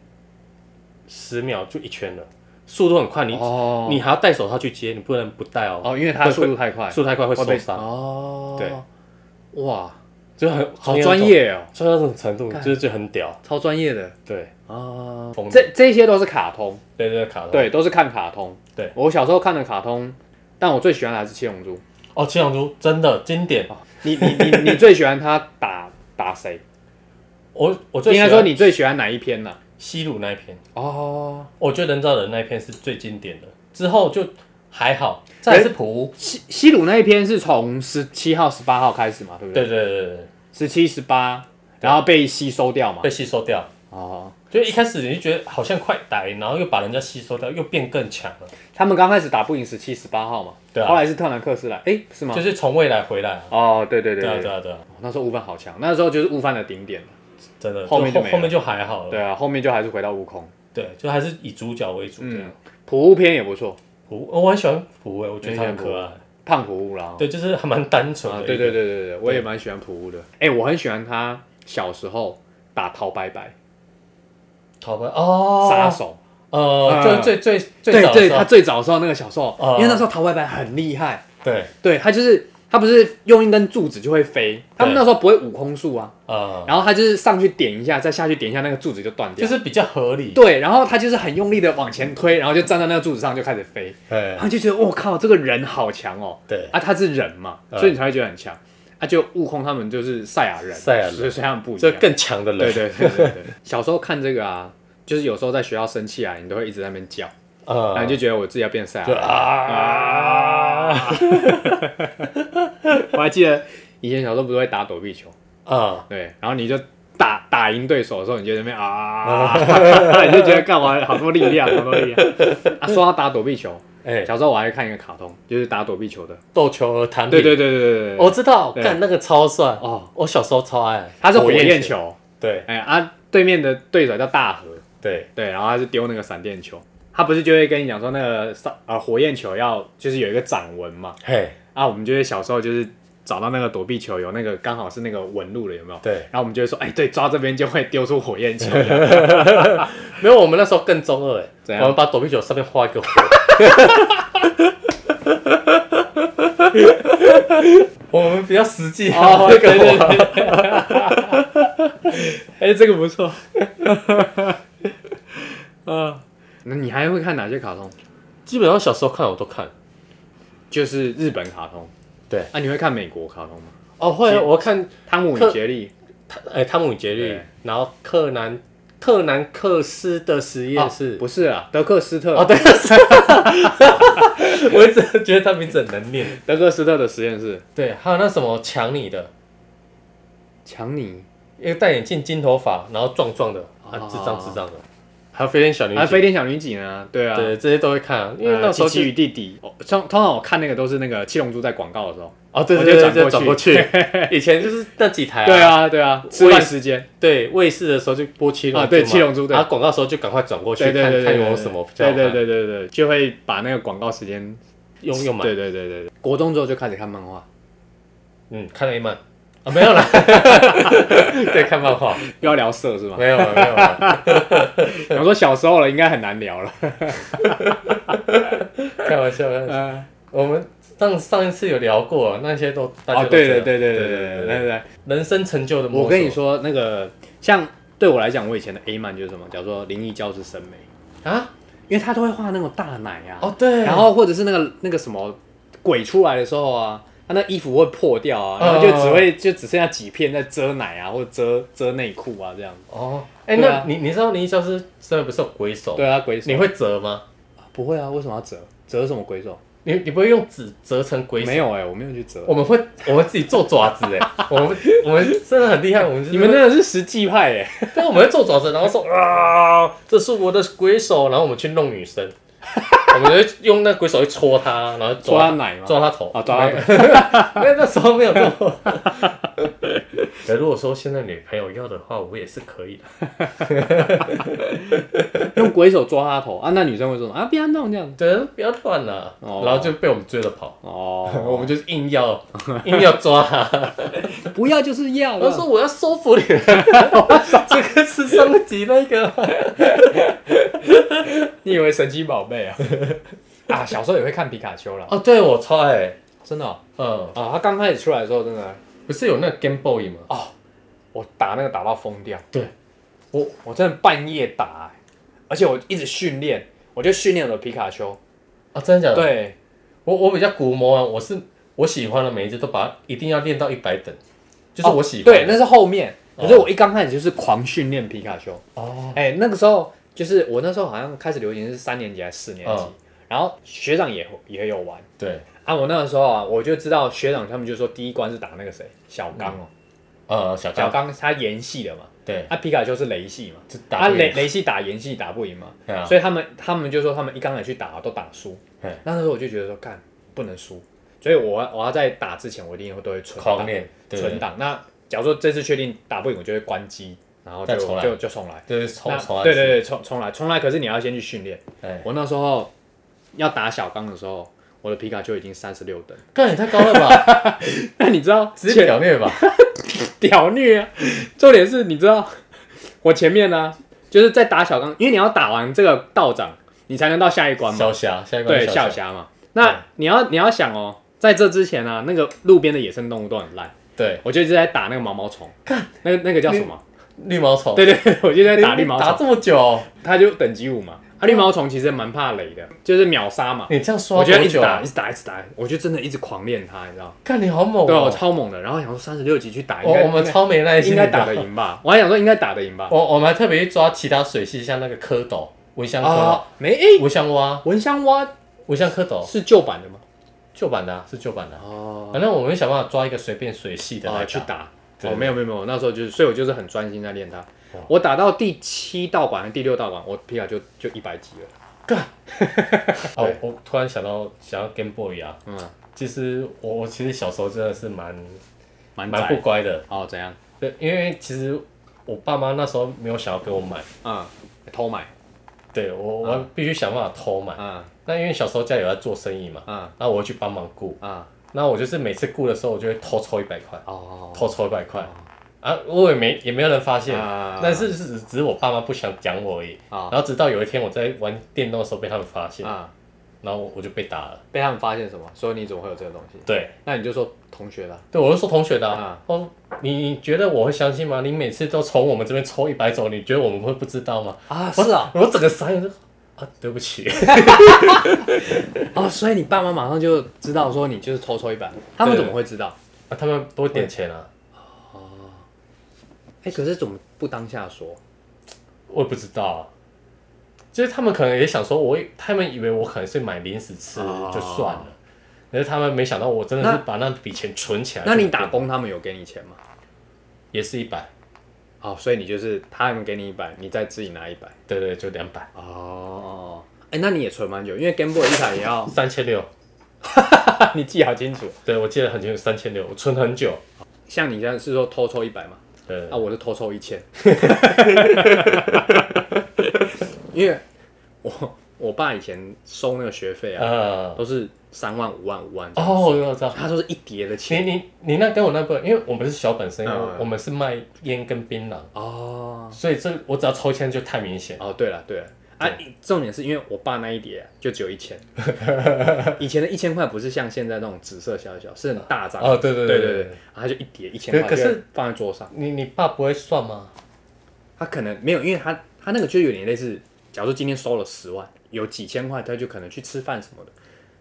Speaker 1: 十秒就一圈了，速度很快，你、
Speaker 2: 哦
Speaker 1: 你还要戴手套去接，你不能不戴哦，
Speaker 2: 哦，因为它速度太
Speaker 1: *laughs*
Speaker 2: 快，
Speaker 1: 速度太快会受
Speaker 2: 被
Speaker 1: 伤，
Speaker 2: 哦，对，哇，
Speaker 1: 就很
Speaker 2: 好专，业哦，
Speaker 1: 专业到这种程度，就是就很屌，
Speaker 2: 超专业的
Speaker 1: 对，
Speaker 2: 啊
Speaker 1: 疯。
Speaker 2: 这这些都是卡通，
Speaker 1: 对对卡通，
Speaker 2: 对，都是看卡通。
Speaker 1: 哦对
Speaker 2: 我小时候看的卡通，但我最喜欢的还是七龙珠。
Speaker 1: 哦，七龙珠真的经典，
Speaker 2: 你你你你最喜欢他打打谁？
Speaker 1: 我我最
Speaker 2: 应
Speaker 1: 喜
Speaker 2: 该
Speaker 1: 欢
Speaker 2: 说你最喜欢哪一篇呢？
Speaker 1: 西鲁那一篇。
Speaker 2: 哦，
Speaker 1: 我觉得人造人那一篇是最经典的，之后就还好。再来是普乌，
Speaker 2: 西西鲁那一篇是从十七号、十八号开始嘛，对不对？
Speaker 1: 对对对对对，
Speaker 2: 十七、十八，然后被吸收掉嘛
Speaker 1: 被。吸收掉。
Speaker 2: 哦，
Speaker 1: 就一开始你就觉得好像快打赢，然后又把人家吸收掉，又变更强了，
Speaker 2: 他们刚开始打不赢十七、十八号嘛，
Speaker 1: 对啊
Speaker 2: 后来是特兰克斯来，哎，是吗？
Speaker 1: 就是从未来回来啊。
Speaker 2: 哦，对对对
Speaker 1: 对啊，
Speaker 2: 对哦
Speaker 1: 对啊，对啊，
Speaker 2: 那时候悟饭好强，那时候就是悟饭的顶点。
Speaker 1: 真的。
Speaker 2: 后面就
Speaker 1: 后
Speaker 2: 没了
Speaker 1: 后面就还好了。
Speaker 2: 对啊，后面就还是回到悟空。
Speaker 1: 对，就还是以主角为
Speaker 2: 嗯
Speaker 1: 主这样。
Speaker 2: 普悟篇也不错，
Speaker 1: 虎，我很喜欢虎诶，我觉得他很可爱。
Speaker 2: 胖普悟啦。
Speaker 1: 对，就是还蛮单纯
Speaker 2: 啊，
Speaker 1: 的。
Speaker 2: 对对对。对对，我也蛮喜欢普悟的。哎，我很喜欢他小时候打陶白白
Speaker 1: 好吧，哦，
Speaker 2: 杀手，
Speaker 1: 呃，
Speaker 2: 嗯
Speaker 1: 最最最最
Speaker 2: 对
Speaker 1: 早的
Speaker 2: 对，
Speaker 1: 时候
Speaker 2: 他，最早的时候那个小时候，
Speaker 1: 嗯
Speaker 2: 因为那时候陶白白很厉害，
Speaker 1: 对，
Speaker 2: 对他就是他不是用一根柱子就会飞，他们那时候不会悟空术啊，
Speaker 1: 呃，
Speaker 2: 然后他就是上去点一下，再下去点一下，那个柱子就断掉。
Speaker 1: 就是比较合理。
Speaker 2: 对，然后他就是很用力的往前推，然后就站在那个柱子上就开始飞，
Speaker 1: 对
Speaker 2: 然后就觉得我靠，这个人好强哦！
Speaker 1: 对
Speaker 2: 啊，他是人嘛，
Speaker 1: 嗯
Speaker 2: 所以你才会觉得很强。啊，就悟空他们就是赛亚人，
Speaker 1: 赛亚人
Speaker 2: 所以所以他们不一
Speaker 1: 这
Speaker 2: 样。
Speaker 1: 更强的人。
Speaker 2: 对对对对
Speaker 1: *laughs*
Speaker 2: 对，小时候看这个啊，就是有时候在学校生气啊，你都会一直在那边叫，
Speaker 1: 呃，
Speaker 2: 然后你就觉得我自己要变赛亚
Speaker 1: 就
Speaker 2: 人。
Speaker 1: 啊
Speaker 2: *laughs* 我还记得以前小时候不是会打躲避球，
Speaker 1: 啊，
Speaker 2: 对，然后你就打打赢对手的时候，你就在那边啊， *laughs* 你就觉得干嘛好多力量，好多力量。啊，说到打躲避球，
Speaker 1: 哎，
Speaker 2: 小时候我还看一个卡通，就是打躲避球的。
Speaker 1: 斗球而弹。
Speaker 2: 对对对对对对
Speaker 1: 我
Speaker 2: 对，
Speaker 1: 知道，
Speaker 2: 对
Speaker 1: 干那个超帅
Speaker 2: 哦
Speaker 1: 哦！我小时候超爱，
Speaker 2: 它是火焰，球，
Speaker 1: 对
Speaker 2: 哎啊，对面的对手叫大河，
Speaker 1: 对
Speaker 2: 对，然后他是丢那个闪电球，他不是就会跟你讲说那个闪呃火焰球要就是有一个掌纹嘛，
Speaker 1: 嘿，
Speaker 2: 啊，我们就会小时候就是找到那个躲避球有那个刚好是那个纹路的有没有？
Speaker 1: 对，
Speaker 2: 然后我们就会说，哎，对，抓这边就会丢出火焰球，
Speaker 1: 没有我们那时候更中二
Speaker 2: 怎
Speaker 1: 哎，
Speaker 2: 样
Speaker 1: 我们把躲避球上面画一个火。 *laughs* 我们比较实际，啊画
Speaker 2: 哦
Speaker 1: 一
Speaker 2: 对对
Speaker 1: 个火，
Speaker 2: *laughs* 哎，这个不错，啊，那你还会看哪些卡通？
Speaker 1: 基本上小时候看我都看。
Speaker 2: 就是日本卡通，
Speaker 1: 对
Speaker 2: 啊，你会看美国卡通吗？
Speaker 1: 哦，会
Speaker 2: 其
Speaker 1: 啊，我看
Speaker 2: 汤姆
Speaker 1: 克
Speaker 2: 与杰利，
Speaker 1: 哎《汤姆与杰利
Speaker 2: 对》，
Speaker 1: 然后柯南柯南克斯的实验
Speaker 2: 哦
Speaker 1: 室，
Speaker 2: 不是啊，德克斯特
Speaker 1: 哦，对， *laughs* 我一直觉得他名字很难念。
Speaker 2: 德克斯特的实验室，
Speaker 1: 对，还有那什么抢你的，
Speaker 2: 强尼，
Speaker 1: 一个戴眼镜、金头发，然后壮壮的，啊，
Speaker 2: 哦
Speaker 1: 智障智障的，还有飞天小女
Speaker 2: 啊，飞
Speaker 1: 警，
Speaker 2: 天小女警啊，对啊，
Speaker 1: 对，这些都会看啊，因为
Speaker 2: 呃
Speaker 1: 那时候
Speaker 2: 琪琪
Speaker 1: 是
Speaker 2: 与弟弟，哦通通常我看那个都是那个七龙珠在广告的时候，
Speaker 1: 哦，对
Speaker 2: 我
Speaker 1: 对
Speaker 2: 就
Speaker 1: 对，
Speaker 2: 转
Speaker 1: 就
Speaker 2: 过
Speaker 1: 转
Speaker 2: 去
Speaker 1: 过 *laughs* 去，以前就是那几台，
Speaker 2: 对，啊对啊，吃饭时间，
Speaker 1: 对，卫视的时候就播七龙珠
Speaker 2: 啊对
Speaker 1: 嘛
Speaker 2: 七龙珠对
Speaker 1: 然后广告的时候就赶快转过去
Speaker 2: 对对
Speaker 1: 看
Speaker 2: 对
Speaker 1: 看
Speaker 2: 对，
Speaker 1: 有没有
Speaker 2: 对
Speaker 1: 什么比较
Speaker 2: 对
Speaker 1: 好看，
Speaker 2: 对对对对，就会把那个广告时间，
Speaker 1: 用用嘛，
Speaker 2: 对对对对，对国中之后就开始看漫画，
Speaker 1: 嗯，看了一漫啊，没有啦， *laughs* 对，看漫画，
Speaker 2: 又要聊色是吗？
Speaker 1: 没有啊了，没有了，
Speaker 2: 我说小时候了，应该很难聊了，
Speaker 1: 开玩笑，开玩笑
Speaker 2: 嗯，
Speaker 1: 我们上上一次有聊过，那些都大家
Speaker 2: 哦
Speaker 1: 都
Speaker 2: 对
Speaker 1: 知
Speaker 2: 对
Speaker 1: 道
Speaker 2: 对对对对对对对，
Speaker 1: 人生成就的摸索，
Speaker 2: 我跟你说那个像对我来讲，我以前的 A 漫就是什么，叫做灵异教师审美，
Speaker 1: 啊，
Speaker 2: 因为他都会画那种大奶啊，
Speaker 1: 哦对，
Speaker 2: 然后或者是那个那个什么鬼出来的时候啊，他那衣服会破掉啊，然后就只会、就只剩下几片在遮奶啊，或者遮遮内裤啊这样。
Speaker 1: 哦，哎、
Speaker 2: 对啊
Speaker 1: 那你你知道林一消失身边不是有鬼手？
Speaker 2: 对啊，鬼手
Speaker 1: 你会折吗？
Speaker 2: 不会啊？为什么要折？折什么鬼手？
Speaker 1: 你你不会用纸折成鬼手？
Speaker 2: 没有哎、我没有去折。
Speaker 1: 我们会我们自己做爪子哎、我们我们真的很厉害，我们就是
Speaker 2: 你们那个是实际派 *laughs* 哎、
Speaker 1: 会，但我们会做爪子，然后说啊，这是我的鬼手，然后我们去弄女
Speaker 2: *laughs*
Speaker 1: 生，我们就会用那鬼手去戳她，然后
Speaker 2: 抓
Speaker 1: 抓
Speaker 2: 他奶吗？
Speaker 1: 抓她头
Speaker 2: 啊，抓
Speaker 1: 没
Speaker 2: 他
Speaker 1: 没有那时候没有做。可如果说现在女朋友要的话，我也是可以的。
Speaker 2: *laughs* 用鬼手抓他头啊？那女生会说什么啊？不要弄这样。
Speaker 1: 对，不要乱了、
Speaker 2: 哦
Speaker 1: 然后就被我们追着跑。我
Speaker 2: *laughs* 哦，
Speaker 1: 们就是硬
Speaker 2: *laughs*
Speaker 1: 要硬要抓他，
Speaker 2: 不要就是要。啊
Speaker 1: 我
Speaker 2: *laughs*
Speaker 1: 说我要收服你，这个是上集那个，
Speaker 2: 你以为神奇宝贝啊？ *laughs* 啊，小时候也会看皮卡丘啦，
Speaker 1: 哦，对我超爱，
Speaker 2: 真的哦、
Speaker 1: 嗯，
Speaker 2: 啊，他刚开始出来的时候真的，
Speaker 1: 不是有那个 Game Boy 吗？
Speaker 2: 我打那个打到疯掉。
Speaker 1: 对，
Speaker 2: 我我真的半夜打、欸，而且我一直训练，我就训练我的皮卡丘。
Speaker 1: 啊，真的假的？
Speaker 2: 对，
Speaker 1: 我我比较古魔啊，我是我喜欢的每一只都把它一定要练到一百等，就是我喜欢
Speaker 2: 哦对，
Speaker 1: 的。
Speaker 2: 那是后面。
Speaker 1: 哦
Speaker 2: 可是我一刚开始就是狂训练皮卡丘，
Speaker 1: 哦，
Speaker 2: 哎、那个时候就是我那时候好像开始流行是三年级还是四年级，
Speaker 1: 嗯
Speaker 2: 然后学长也也有玩
Speaker 1: 对，
Speaker 2: 啊。我那个时候啊，我就知道学长他们就说第一关是打那个谁小刚哦、
Speaker 1: 呃，小
Speaker 2: 小
Speaker 1: 刚，
Speaker 2: 刚他岩系的嘛，
Speaker 1: 对，
Speaker 2: 啊，皮卡丘是雷系嘛，
Speaker 1: 就打
Speaker 2: 啊
Speaker 1: 不赢
Speaker 2: 雷雷系打岩系打不赢嘛，
Speaker 1: 对啊
Speaker 2: 所以他们他们就说他们一刚才去打都打输
Speaker 1: 嗯，
Speaker 2: 那时候我就觉得说干不能输，所以我我要在打之前我一定会都会存
Speaker 1: 狂
Speaker 2: 档
Speaker 1: 练，对
Speaker 2: 存，档。那假如说这次确定打不赢，我就会关机，然后就
Speaker 1: 再重来
Speaker 2: 就就重来。
Speaker 1: 对就是啊重
Speaker 2: 那
Speaker 1: 重来，
Speaker 2: 对对，对，重重来重来。可是你要先去训练。
Speaker 1: 哎，
Speaker 2: 我那时候要打小刚的时候，我的皮卡丘已经三十六等。
Speaker 1: 干也太高了
Speaker 2: *laughs*
Speaker 1: 吧，
Speaker 2: 那你知道
Speaker 1: 直接表虐吧，
Speaker 2: 屌虐啊！重点是，你知道我前面呢、就是在打小刚，因为你要打完这个道长，你才能到下一关嘛。
Speaker 1: 小霞，下一关
Speaker 2: 对，
Speaker 1: 小
Speaker 2: 下
Speaker 1: 霞，
Speaker 2: 辖嘛。
Speaker 1: 对
Speaker 2: 那你要你要想哦，在这之前啊，那个路边的野生动物都很烂，
Speaker 1: 对，
Speaker 2: 我就一直在打那个毛毛虫，看那个那个叫什么？
Speaker 1: 绿毛虫，
Speaker 2: 对对对，我就在打绿毛
Speaker 1: 打
Speaker 2: 虫，
Speaker 1: 这么久，
Speaker 2: 它就等级五嘛。啊，绿毛虫其实蛮怕雷的，就是秒杀嘛。
Speaker 1: 你这样刷
Speaker 2: 我觉得一
Speaker 1: 多
Speaker 2: 直
Speaker 1: 久
Speaker 2: 打，
Speaker 1: 啊
Speaker 2: 一？直打，一直打，我就真的一直狂练它，你知道？
Speaker 1: 看你好猛
Speaker 2: 对，我
Speaker 1: 哦，
Speaker 2: 超猛的。然后想说三十六级去打，应该
Speaker 1: 我我们超没耐心，
Speaker 2: 应该打得。赢吧？我还想说应该打得赢吧？
Speaker 1: *laughs* 我我们还特别去抓其他水系，像那个蝌蚪、蚊香蝌、
Speaker 2: 啊，没诶，
Speaker 1: 蚊香蛙、
Speaker 2: 蚊香蛙
Speaker 1: 蚊香蝌蚪，
Speaker 2: 是旧版的吗？
Speaker 1: 旧版的啊是旧版的啊，
Speaker 2: 哦，
Speaker 1: 反正我们想办法抓一个随便水系的
Speaker 2: 啊，
Speaker 1: 来
Speaker 2: 去
Speaker 1: 打。
Speaker 2: 打。
Speaker 1: 对
Speaker 2: 哦，没有没有没有，那时候就是，所以我就是很专心在练它
Speaker 1: 哇。
Speaker 2: 我打到第七道馆、第六道馆，我皮卡就就一百级了。
Speaker 1: 哦
Speaker 2: 对，
Speaker 1: 我我突然想到想到 Game Boy 啊，
Speaker 2: 嗯，
Speaker 1: 其实我我其实小时候真的是蛮
Speaker 2: 蛮
Speaker 1: 蛮不
Speaker 2: 窄。
Speaker 1: 乖的，
Speaker 2: 哦，怎样？
Speaker 1: 对，因为其实我爸妈那时候没有想要给我买，
Speaker 2: 嗯，偷买。
Speaker 1: 对我我必须想办法偷买。
Speaker 2: 嗯
Speaker 1: 那因为小时候家里有在做生意嘛，
Speaker 2: 嗯
Speaker 1: 那我会去帮忙雇，
Speaker 2: 嗯。
Speaker 1: 那我就是每次雇的时候，我就会偷抽一百块，
Speaker 2: 哦。
Speaker 1: 偷抽一百块啊，我也没也没有人发现，
Speaker 2: 啊
Speaker 1: 但是是只只是我爸妈不想讲我而已。
Speaker 2: 啊
Speaker 1: 然后直到有一天我在玩电动的时候被他们发现，
Speaker 2: 啊！
Speaker 1: 然后我我就被打了。
Speaker 2: 被他们发现什么？所以你怎么会有这个东西？
Speaker 1: 对，
Speaker 2: 那你就说同学啦。
Speaker 1: 对，我就说同学的、啊
Speaker 2: 啊，
Speaker 1: 哦，你你觉得我会相信吗？你每次都从我们这边抽一百走，你觉得我们会不知道吗？
Speaker 2: 啊，
Speaker 1: 我
Speaker 2: 是啊。
Speaker 1: 我整个傻眼我说 *laughs* 啊，对不起，
Speaker 2: 哦，所以你爸妈马上就知道说你就是偷抽一百，他们怎么会知道？
Speaker 1: 啊、他们多点钱啊，
Speaker 2: 哎，可是怎么不当下说？
Speaker 1: 我也不知道、啊，就是他们可能也想说我，他们以为我可能是买零食吃
Speaker 2: 哦
Speaker 1: 就算了，可是他们没想到我真的是
Speaker 2: 那
Speaker 1: 把啊那笔钱存起来。
Speaker 2: 那你打工他们有给你钱吗？
Speaker 1: 也是一百，
Speaker 2: 哦，所以你就是他们给你一百，你再自己拿一百。
Speaker 1: 对对，就两百，
Speaker 2: 哦，哎，那你也存蛮久，因为 Game Boy 一台
Speaker 1: *laughs*
Speaker 2: 也要，
Speaker 1: 三千六，
Speaker 2: 你记好清楚。
Speaker 1: 对我记得很清楚，三千六，我存很久。
Speaker 2: 像你现在是说偷抽一百嘛？
Speaker 1: 对
Speaker 2: 啊，，我是偷抽一千， *laughs* 因为我我爸以前收那个学费啊，
Speaker 1: 呃，
Speaker 2: 都是三万、五万、五万这样，
Speaker 1: 哦，哎我知道。
Speaker 2: 他都是一叠的
Speaker 1: 你
Speaker 2: 钱。
Speaker 1: 你你那跟我那不，因为我们是小本生意，
Speaker 2: 嗯
Speaker 1: 我们是卖烟跟槟榔，
Speaker 2: 哦
Speaker 1: 所以这我只要抽签就太明显。
Speaker 2: 哦，对了对了。啊，重点是因为我爸那一叠啊、就只有
Speaker 1: *laughs*
Speaker 2: 一千，以前的一千块不是像现在那种紫色小小，是很大张的
Speaker 1: 哦，对对对
Speaker 2: 对对
Speaker 1: 对
Speaker 2: 对，
Speaker 1: 对，
Speaker 2: 然后他就一叠一千
Speaker 1: 对
Speaker 2: 块，
Speaker 1: 可是
Speaker 2: 放在桌上，
Speaker 1: 你你爸不会算吗？
Speaker 2: 他可能没有，因为他他那个就有点类似，假如说今天收了十万，有几千块，他就可能去吃饭什么的，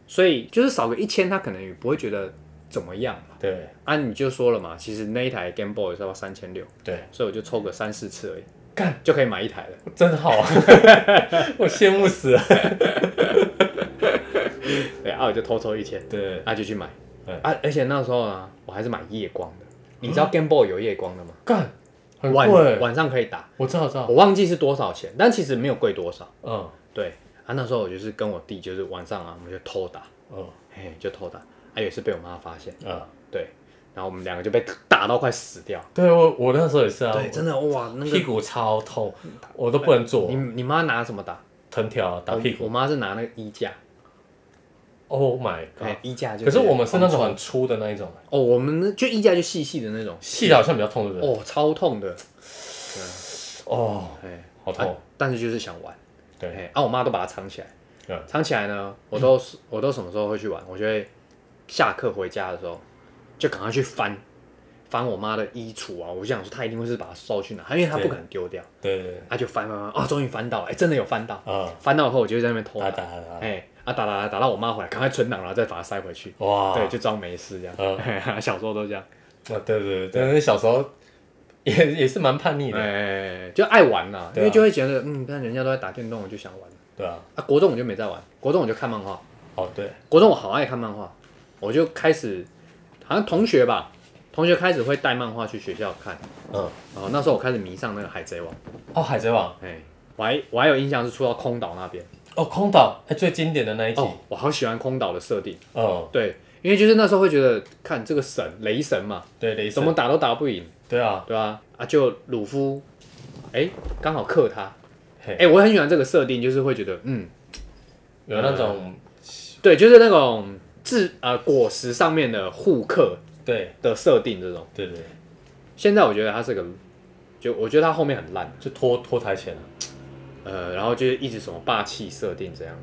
Speaker 2: 所以就是少个一千，他可能也不会觉得怎么样嘛。
Speaker 1: 对
Speaker 2: 啊，你就说了嘛，其实那一台 Game Boy 是要三千六，
Speaker 1: 对，
Speaker 2: 所以我就抽个三四次而已，
Speaker 1: 干
Speaker 2: 就可以买一台了。
Speaker 1: 真好啊，我羡慕死了。
Speaker 2: 对，啊，我就偷抽一千，
Speaker 1: 对，
Speaker 2: 啊，就去买
Speaker 1: 对。
Speaker 2: 啊，而且那时候呢，我还是买夜光的。你知道 Game Boy 有夜光的吗？
Speaker 1: 干很
Speaker 2: 晚
Speaker 1: 贵，
Speaker 2: 晚上可以打，
Speaker 1: 我知道我知道，
Speaker 2: 我忘记是多少钱，但其实没有贵多少。
Speaker 1: 嗯
Speaker 2: 对，啊，那时候我就是跟我弟，就是晚上啊，我们就偷打，
Speaker 1: 嗯
Speaker 2: 嘿，就偷打，啊，也是被我妈发现，
Speaker 1: 嗯，
Speaker 2: 对，然后我们两个就被打到快死掉，
Speaker 1: 对我我那时候也是啊，
Speaker 2: 对，真的哇，那
Speaker 1: 我屁
Speaker 2: 个
Speaker 1: 股超痛，我都不能坐
Speaker 2: 你，你妈拿什么打？
Speaker 1: 藤条打屁
Speaker 2: 我
Speaker 1: 股。
Speaker 2: 妈是拿那个衣架，
Speaker 1: Oh my
Speaker 2: 哎
Speaker 1: god！，
Speaker 2: 衣架就
Speaker 1: 可是我们是那种
Speaker 2: 狂
Speaker 1: 很粗的那一种，
Speaker 2: 戳哦，我们那就衣架就细细的那种，
Speaker 1: 细的好像比较痛，对不对？
Speaker 2: 哦，超痛的，
Speaker 1: 哦，
Speaker 2: 哎，
Speaker 1: 好痛
Speaker 2: 啊，但是就是想玩，
Speaker 1: 对，
Speaker 2: 哎，啊，我妈都把它藏起来
Speaker 1: 嗯，
Speaker 2: 藏起来呢，我都我都什么时候会去玩？我就会下课回家的时候就赶快去翻翻我妈的衣橱啊，我就想说她一定会是把它收去哪，因为她
Speaker 1: 对
Speaker 2: 不可能丢掉，
Speaker 1: 对对对，
Speaker 2: 她就翻翻翻，啊，终于翻到了，哎，真的有翻到，
Speaker 1: 啊，
Speaker 2: 翻到以后我就会在那边偷
Speaker 1: 打
Speaker 2: 打，
Speaker 1: 打打，
Speaker 2: 哎，啊打打打打到我妈回来，赶快存档，然后再把它塞回去，
Speaker 1: 哇，
Speaker 2: 对，就装没事这
Speaker 1: 啊嗯
Speaker 2: 样， *laughs* 小时候都这样，
Speaker 1: 啊，对对对，但是小时候也 *laughs* 也是蛮叛逆的，
Speaker 2: 哎，就爱玩呐，因
Speaker 1: 对啊
Speaker 2: 为就会觉得，嗯，看人家都在打电动，我就想玩，
Speaker 1: 对啊，
Speaker 2: 啊，国中我就没在玩，国中我就看漫画。
Speaker 1: 哦对，
Speaker 2: 国中我好爱看漫画，我就开始好像同学吧，同学开始会带漫画去学校看，
Speaker 1: 嗯，
Speaker 2: 然后那时候我开始迷上那个海贼王，
Speaker 1: 哦，海贼王，
Speaker 2: 哎，我还我还有印象是出到空岛那边，
Speaker 1: 哦，空岛，哎，最经典的那一集，
Speaker 2: 哦，我好喜欢空岛的设定，
Speaker 1: 嗯，
Speaker 2: 对，因为就是那时候会觉得看这个神雷神嘛，
Speaker 1: 对，雷神，
Speaker 2: 怎么打都打不赢，
Speaker 1: 对啊，
Speaker 2: 对吧、啊？就鲁夫，哎，刚好克他，
Speaker 1: 嘿
Speaker 2: 哎，我很喜欢这个设定，就是会觉得嗯，
Speaker 1: 有那种，
Speaker 2: 对，就是那种自呃果实上面的互克
Speaker 1: 对，
Speaker 2: 的设定这种。
Speaker 1: 对对，对
Speaker 2: 现在我觉得它是个，就我觉得它后面很烂，
Speaker 1: 就拖拖台前啊。
Speaker 2: 呃，然后就是一直什么霸气设定这样，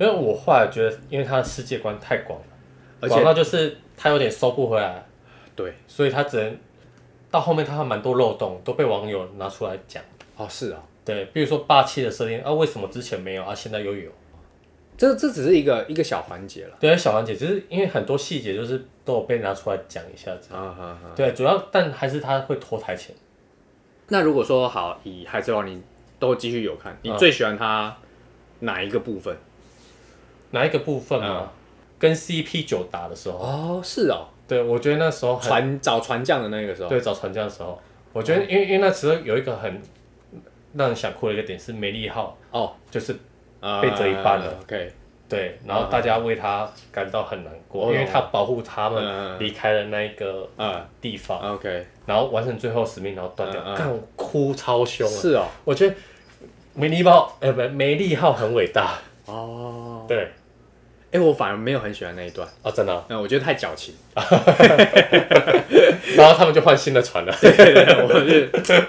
Speaker 1: 因为我后来觉得，因为他的世界观太广了，
Speaker 2: 而
Speaker 1: 广
Speaker 2: 且
Speaker 1: 到就是他有点收不回来，
Speaker 2: 对，
Speaker 1: 所以他只能到后面他还蛮多漏洞都被网友拿出来讲。
Speaker 2: 哦是啊，
Speaker 1: 对，比如说霸气的设定啊，为什么之前没有啊，现在又有？
Speaker 2: 这这只是一个一个小环节了，
Speaker 1: 对，小环节就是因为很多细节就是都有被拿出来讲一下子。
Speaker 2: 啊哈哈。
Speaker 1: 对，主要但还是他会拖台前。
Speaker 2: 那如果说好，以海贼王你都继续有看，你
Speaker 1: 嗯
Speaker 2: 最喜欢它哪一个部分？
Speaker 1: 哪一个部分嘛？跟 CP 九打的时候，
Speaker 2: 啊哦是哦，
Speaker 1: 对我觉得那时候很
Speaker 2: 船找船匠的那个时候，
Speaker 1: 对找船匠的时候，我
Speaker 2: 哦
Speaker 1: 觉得因为因为那时候有一个很让人想哭的一个点是梅利号，
Speaker 2: 哦，
Speaker 1: 就是
Speaker 2: 呃
Speaker 1: 被折一半了。
Speaker 2: OK，
Speaker 1: 对，然后大家为他感到很难过，
Speaker 2: 哦
Speaker 1: 因为他保护他
Speaker 2: 嗯嗯
Speaker 1: 们
Speaker 2: 嗯
Speaker 1: 离开了那一个
Speaker 2: 呃
Speaker 1: 地方，
Speaker 2: ，OK，
Speaker 1: 然后完成最后使命，然后断掉
Speaker 2: 嗯嗯，
Speaker 1: 干我哭超凶啊！
Speaker 2: 是哦，
Speaker 1: 我觉得梅利号，呃，不，梅利号很伟大，
Speaker 2: 哦，
Speaker 1: 对
Speaker 2: 哎，我反而没有很喜欢那一段，
Speaker 1: 啊，真的啊。
Speaker 2: 嗯，我觉得太矫情。 *laughs*
Speaker 1: 然后他们就换新的船了。
Speaker 2: 对对，对我就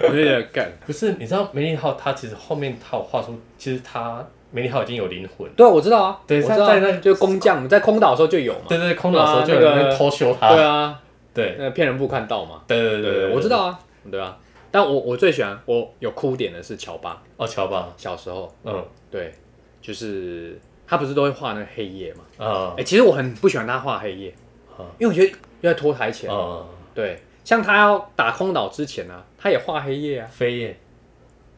Speaker 2: 我就觉得干。
Speaker 1: 不是，你知道梅利号它其实后面它有画出，其实它梅利号已经有灵魂。
Speaker 2: 对，我知道啊，
Speaker 1: 对
Speaker 2: 我知道
Speaker 1: 在在那
Speaker 2: 就是工匠在空岛的时候就有嘛。
Speaker 1: 对对对，空岛的时候就有
Speaker 2: 啊那
Speaker 1: 人
Speaker 2: 个
Speaker 1: 在偷修它。
Speaker 2: 对啊，
Speaker 1: 对
Speaker 2: 那骗人部看到嘛。
Speaker 1: 对对对
Speaker 2: 对对
Speaker 1: 对，
Speaker 2: 对，我知。道啊，对啊。但我我最喜欢我有哭点的是乔巴，
Speaker 1: 哦，乔巴，
Speaker 2: 小时候
Speaker 1: 嗯
Speaker 2: 对，就是他不是都会画那个黑夜嘛？
Speaker 1: 啊
Speaker 2: 哎、其实我很不喜欢他画黑夜，
Speaker 1: 啊
Speaker 2: 因为我觉得又在拖台前。
Speaker 1: 啊，
Speaker 2: 对，像他要打空岛之前啊，他也画黑夜啊，
Speaker 1: 飞叶，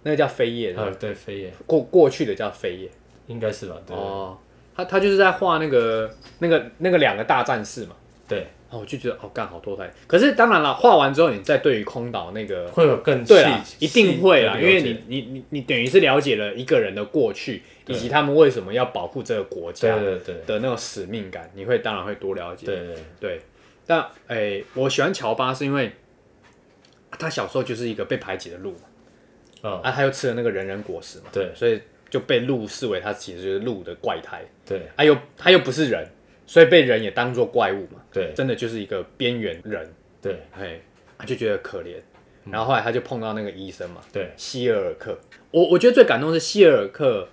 Speaker 2: 那个叫飞夜的，
Speaker 1: 啊对飞叶，
Speaker 2: 过过去的叫飞夜。
Speaker 1: 应该是吧？对
Speaker 2: 哦，他他就是在画那个那个那个两个大战士嘛。
Speaker 1: 对，
Speaker 2: 哦，我就觉得哦，干好多台。可是当然了，画完之后，你再对于空岛那个，
Speaker 1: 会有更
Speaker 2: 对啦，
Speaker 1: 细
Speaker 2: 一定会啦，
Speaker 1: 细
Speaker 2: 因
Speaker 1: 的了
Speaker 2: 为
Speaker 1: 解
Speaker 2: 你你你你等于是了解了一个人的过去，以
Speaker 1: 对
Speaker 2: 及他们为什么要保护这个国
Speaker 1: 对
Speaker 2: 家
Speaker 1: 对对
Speaker 2: 的那种使命感，你会当然会多了解。
Speaker 1: 对对，
Speaker 2: 对但诶、我喜欢乔巴是因为他小时候就是一个被排挤的鹿嘛，
Speaker 1: 嗯
Speaker 2: 啊，他又吃了那个人人果实嘛，
Speaker 1: 对
Speaker 2: 所以就被鹿视为他其实就是鹿的怪胎。
Speaker 1: 对
Speaker 2: 他又他又不是人，所以被人也当做怪物嘛，
Speaker 1: 对
Speaker 2: 真的就是一个边缘人，
Speaker 1: 对
Speaker 2: 嘿，他就觉得可怜。然后后来他就碰到那个医生嘛，
Speaker 1: 对，
Speaker 2: 希尔克。我我觉得最感动的是希尔克，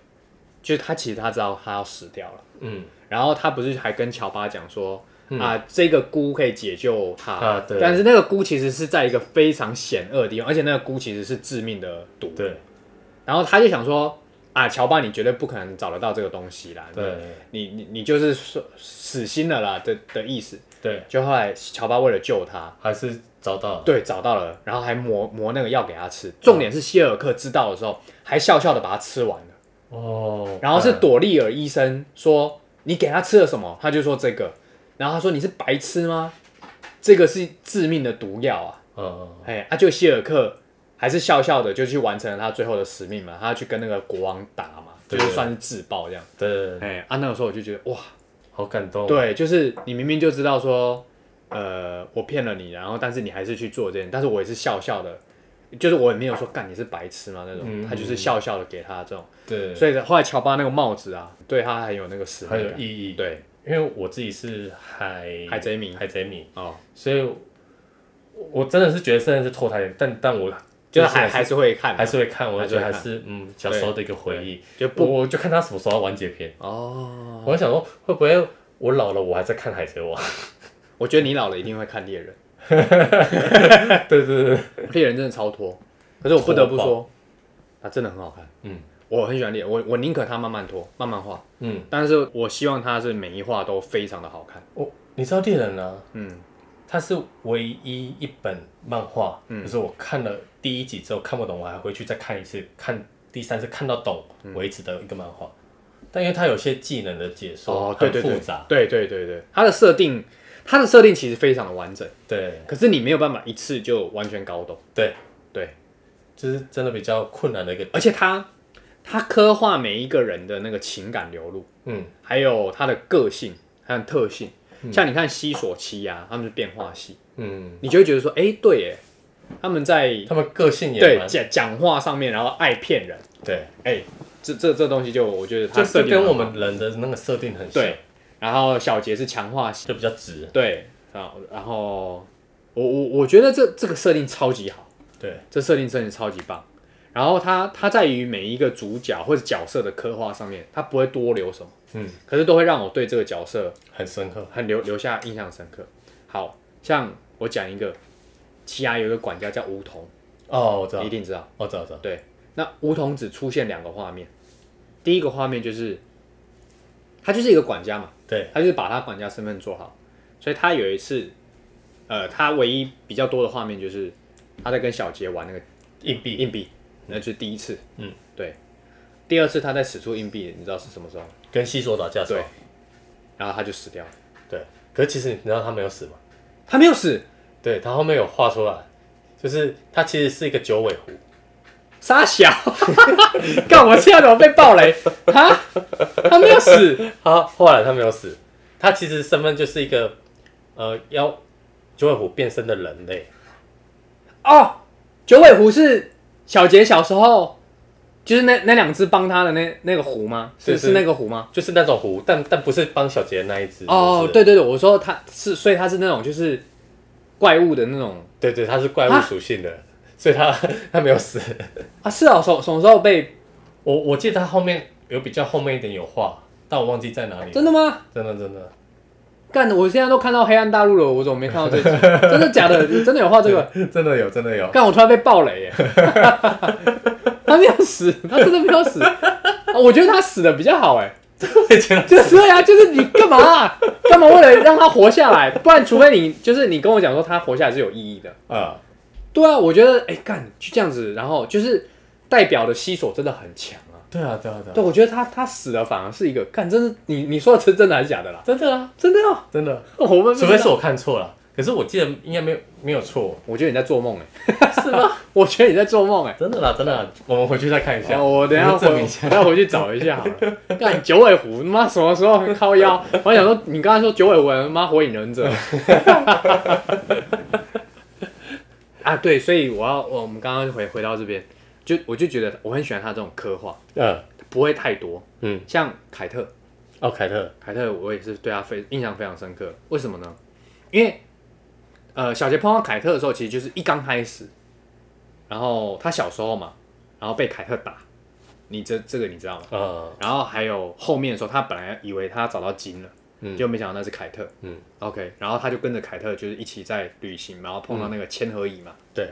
Speaker 2: 就是他其实他知道他要死掉了，
Speaker 1: 嗯
Speaker 2: 然后他不是还跟乔巴讲说。
Speaker 1: 嗯
Speaker 2: 啊，这个菇可以解救他，
Speaker 1: 啊对
Speaker 2: 但是那个菇其实是在一个非常险恶的地方，而且那个菇其实是致命的毒。
Speaker 1: 对
Speaker 2: 然后他就想说，啊，乔巴，你绝对不可能找得到这个东西啦，
Speaker 1: 对
Speaker 2: 你你你就是说死心了啦的的意思。
Speaker 1: 对，
Speaker 2: 就后来乔巴为了救他，
Speaker 1: 还是找到了，
Speaker 2: 对，找到了，然后还磨磨那个药给他吃。重点是希尔克知道的时候，还笑笑的把它吃完了。
Speaker 1: 哦，
Speaker 2: 然后是朵莉尔医生说：“你给他吃了什么？”他就说这个。然后他说：“你是白痴吗？这个是致命的毒药啊！”
Speaker 1: 嗯嗯
Speaker 2: 哎，啊，就希尔克还是笑笑的就去完成了他最后的使命嘛，他去跟那个国王打嘛，就
Speaker 1: 对
Speaker 2: 是算是自爆这样。
Speaker 1: 对对对，
Speaker 2: 哎，啊，那个时候我就觉得哇，
Speaker 1: 好感动，
Speaker 2: 对，就是你明明就知道说，呃，我骗了你，然后但是你还是去做这件，但是我也是笑笑的，就是我也没有说干你是白痴嘛那种，
Speaker 1: 嗯
Speaker 2: 他就是笑笑的给他这种，
Speaker 1: 对，
Speaker 2: 所以后来乔巴那个帽子啊，对他很有那个使
Speaker 1: 很
Speaker 2: 命
Speaker 1: 有
Speaker 2: 感，
Speaker 1: 意义。，
Speaker 2: 对，
Speaker 1: 因为我自己是海
Speaker 2: 海贼迷
Speaker 1: 海贼迷，
Speaker 2: 哦，
Speaker 1: 所以我我真的是觉得真的是脱胎，但但我
Speaker 2: 就是
Speaker 1: 还
Speaker 2: 还还是会看啊，
Speaker 1: 还是会看，我
Speaker 2: 还
Speaker 1: 觉
Speaker 2: 是会
Speaker 1: 得还
Speaker 2: 看
Speaker 1: 是嗯小时候的一个回忆。
Speaker 2: 就
Speaker 1: 我
Speaker 2: 不
Speaker 1: 我就看他什么时候要完结篇，
Speaker 2: 哦，
Speaker 1: 我还想说会不会我老了我还在看海贼王？ *laughs*
Speaker 2: 我觉得你老了一定会看猎人，
Speaker 1: 对对对，
Speaker 2: 猎人真的超拖，可是我不得不
Speaker 1: 拖
Speaker 2: 说，他真的很好看，
Speaker 1: 嗯。
Speaker 2: 我很喜欢猎人，我我宁可他慢慢拖，慢慢画，
Speaker 1: 嗯，
Speaker 2: 但是我希望他是每一画都非常的好看，
Speaker 1: 我哦你知道猎人啊，
Speaker 2: 嗯。
Speaker 1: 它是唯一一本漫画，
Speaker 2: 嗯
Speaker 1: 就是我看了第一集之后看不懂，我还回去再看一次，看第三次看到懂
Speaker 2: 嗯
Speaker 1: 为止的一个漫画。但因为它有些技能的解说
Speaker 2: 对对
Speaker 1: 哦很
Speaker 2: 哦对
Speaker 1: 复杂，
Speaker 2: 对对对对，它的设定，它的设定其实非常的完整，
Speaker 1: 对
Speaker 2: 可是你没有办法一次就完全搞懂。
Speaker 1: 对，
Speaker 2: 对，
Speaker 1: 就是真的比较困难的一个，
Speaker 2: 而且它它刻画每一个人的那个情感流露，
Speaker 1: 嗯
Speaker 2: 还有他的个性还有特性。像你看西索七啊，他们是变化系，
Speaker 1: 嗯，
Speaker 2: 你就会觉得说，哎、对耶，他们在
Speaker 1: 他们个性也
Speaker 2: 对
Speaker 1: 蛮
Speaker 2: 讲讲话上面，然后爱骗人，
Speaker 1: 对，
Speaker 2: 哎、这这这东西就我觉得它
Speaker 1: 就
Speaker 2: 设
Speaker 1: 是
Speaker 2: 定得
Speaker 1: 跟
Speaker 2: 很
Speaker 1: 我
Speaker 2: 好
Speaker 1: 们人的那个设定很像，
Speaker 2: 对，然后小杰是强化系，
Speaker 1: 就比较直，
Speaker 2: 对啊，然后我我我觉得这这个设定超级好，
Speaker 1: 对，
Speaker 2: 这设定真的超级棒。然后它它在于每一个主角或者角色的刻画上面，它不会多留什么，
Speaker 1: 嗯，
Speaker 2: 可是都会让我对这个角色
Speaker 1: 很深刻，
Speaker 2: 很留留下印象深刻。好像我讲一个，奇亚有一个管家叫梧桐，
Speaker 1: 哦，我知道
Speaker 2: 你一，定知道。
Speaker 1: 我知道，我知道，
Speaker 2: 对，那梧桐只出现两个画面，第一个画面就是他就是一个管家嘛，
Speaker 1: 对，
Speaker 2: 他就是把他管家身份做好，所以他有一次，呃，他唯一比较多的画面就是他在跟小杰玩那个
Speaker 1: 硬币，
Speaker 2: 硬币，那就是第一次，
Speaker 1: 嗯，
Speaker 2: 对。第二次他在使出硬币，你知道是什么时候？
Speaker 1: 跟西索打架的时候
Speaker 2: 对，然后他就死掉了，
Speaker 1: 对，可是其实你知道他没有死吗？
Speaker 2: 他没有死，
Speaker 1: 对他后面有画出来，就是他其实是一个九尾狐，
Speaker 2: 傻小， *laughs* 干我这样怎么被爆雷啊？他没有死，
Speaker 1: *laughs* 他后来他没有死，他其实身份就是一个呃妖九尾狐变身的人类，
Speaker 2: 哦，九尾狐是小杰小时候，就是那那两只帮他的那那个狐吗？是
Speaker 1: 对
Speaker 2: 是
Speaker 1: 对
Speaker 2: 那个狐吗？
Speaker 1: 就是那种狐，但但不是帮小杰的那一只
Speaker 2: 哦，
Speaker 1: 就是
Speaker 2: 对对对，我说他是，所以他是那种就是怪物的那种
Speaker 1: 对对，他是怪物
Speaker 2: 啊
Speaker 1: 属性的，所以他 *laughs* 他没有死。
Speaker 2: 啊，是哦，什什么时候被
Speaker 1: 我我记得他后面有比较后面一点有画，但我忘记在哪里了。
Speaker 2: 真的吗？
Speaker 1: 真的真的， *laughs*
Speaker 2: 干，我现在都看到黑暗大陆了，我怎么没看到
Speaker 1: *laughs*
Speaker 2: 这集？真的假的？你真的有画这个？
Speaker 1: 真的有真的有，
Speaker 2: 干，我突然被爆
Speaker 1: *laughs*
Speaker 2: 雷耶！他没有死，他真的没有死。啊我觉得他死的比较好哎，
Speaker 1: 我也觉得
Speaker 2: 就是对啊，就是你干嘛啊干、嘛为了让他活下来？不然除非你就是你跟我讲说他活下来是有意义的。
Speaker 1: 啊，
Speaker 2: 对啊，我觉得哎干、就这样子，然后就是代表的西索真的很强啊。
Speaker 1: 对啊对啊对
Speaker 2: 对，
Speaker 1: 啊，
Speaker 2: 我觉得他他死了反而是一个干，真是你你说的是真的还是假的啦？
Speaker 1: 真的啊
Speaker 2: 真的哦，
Speaker 1: 真的，
Speaker 2: 我们
Speaker 1: 除非是我看错了，可是我记得应该没有没有错，
Speaker 2: 我觉得你在做梦哎、 *laughs*
Speaker 1: 是吗？
Speaker 2: 我觉得你在做梦哎、
Speaker 1: 真的啦真的啦，我们回去再看一下。
Speaker 2: 哦 *laughs* 我等一下
Speaker 1: 们证明
Speaker 2: 回
Speaker 1: 一下
Speaker 2: 我等一下回去找一下好了。干九尾狐，他妈什么时候靠腰？我还想说，你刚才说九尾狐，他妈火影忍者。啊，对，所以我要我我们刚刚回回到这边，就我就觉得我很喜欢他这种刻画，
Speaker 1: 嗯
Speaker 2: 不会太多。
Speaker 1: 嗯，
Speaker 2: 像凯特，
Speaker 1: 哦凯特，
Speaker 2: 凯特，我也是对他非印象非常深刻。为什么呢？因为呃，小杰碰到凯特的时候，其实就是一刚开始，然后他小时候嘛，然后被凯特打，你这这个你知道吗？
Speaker 1: 嗯
Speaker 2: 然后还有后面的时候，他本来以为他找到金了，
Speaker 1: 嗯
Speaker 2: 就没想到那是凯特。
Speaker 1: 嗯
Speaker 2: ，OK，然后他就跟着凯特就是一起在旅行，然后碰到
Speaker 1: 嗯
Speaker 2: 那个千和乙嘛，
Speaker 1: 对，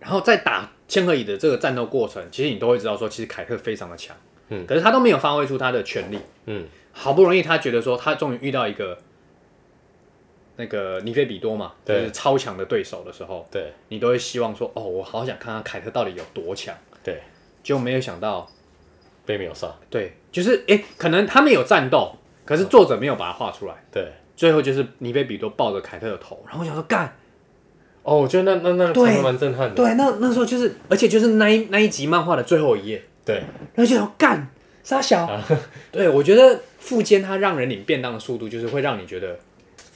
Speaker 2: 然后在打千和乙的这个战斗过程，其实你都会知道说，其实凯特非常的强，
Speaker 1: 嗯
Speaker 2: 可是他都没有发挥出他的全力。
Speaker 1: 嗯
Speaker 2: 好不容易他觉得说他终于遇到一个那个尼菲比多嘛，就
Speaker 1: 对
Speaker 2: 是超强的对手的时候，
Speaker 1: 对
Speaker 2: 你都会希望说哦，我好想看看凯特到底有多强，
Speaker 1: 对，
Speaker 2: 就没有想到，
Speaker 1: 被秒杀，
Speaker 2: 对，就是诶，可能他们有战斗，可是作者没有把它画出来，
Speaker 1: 对。
Speaker 2: 最后就是尼菲比多抱着凯特的头，然后我想说干，
Speaker 1: 哦，我觉得那那那个
Speaker 2: 对
Speaker 1: 场面蛮震撼的。
Speaker 2: 对，那那时候就是，而且就是那一那一集漫画的最后一页，
Speaker 1: 对，
Speaker 2: 然后就想说干傻小，对我觉得富坚他让人领便当的速度，就是会让你觉得。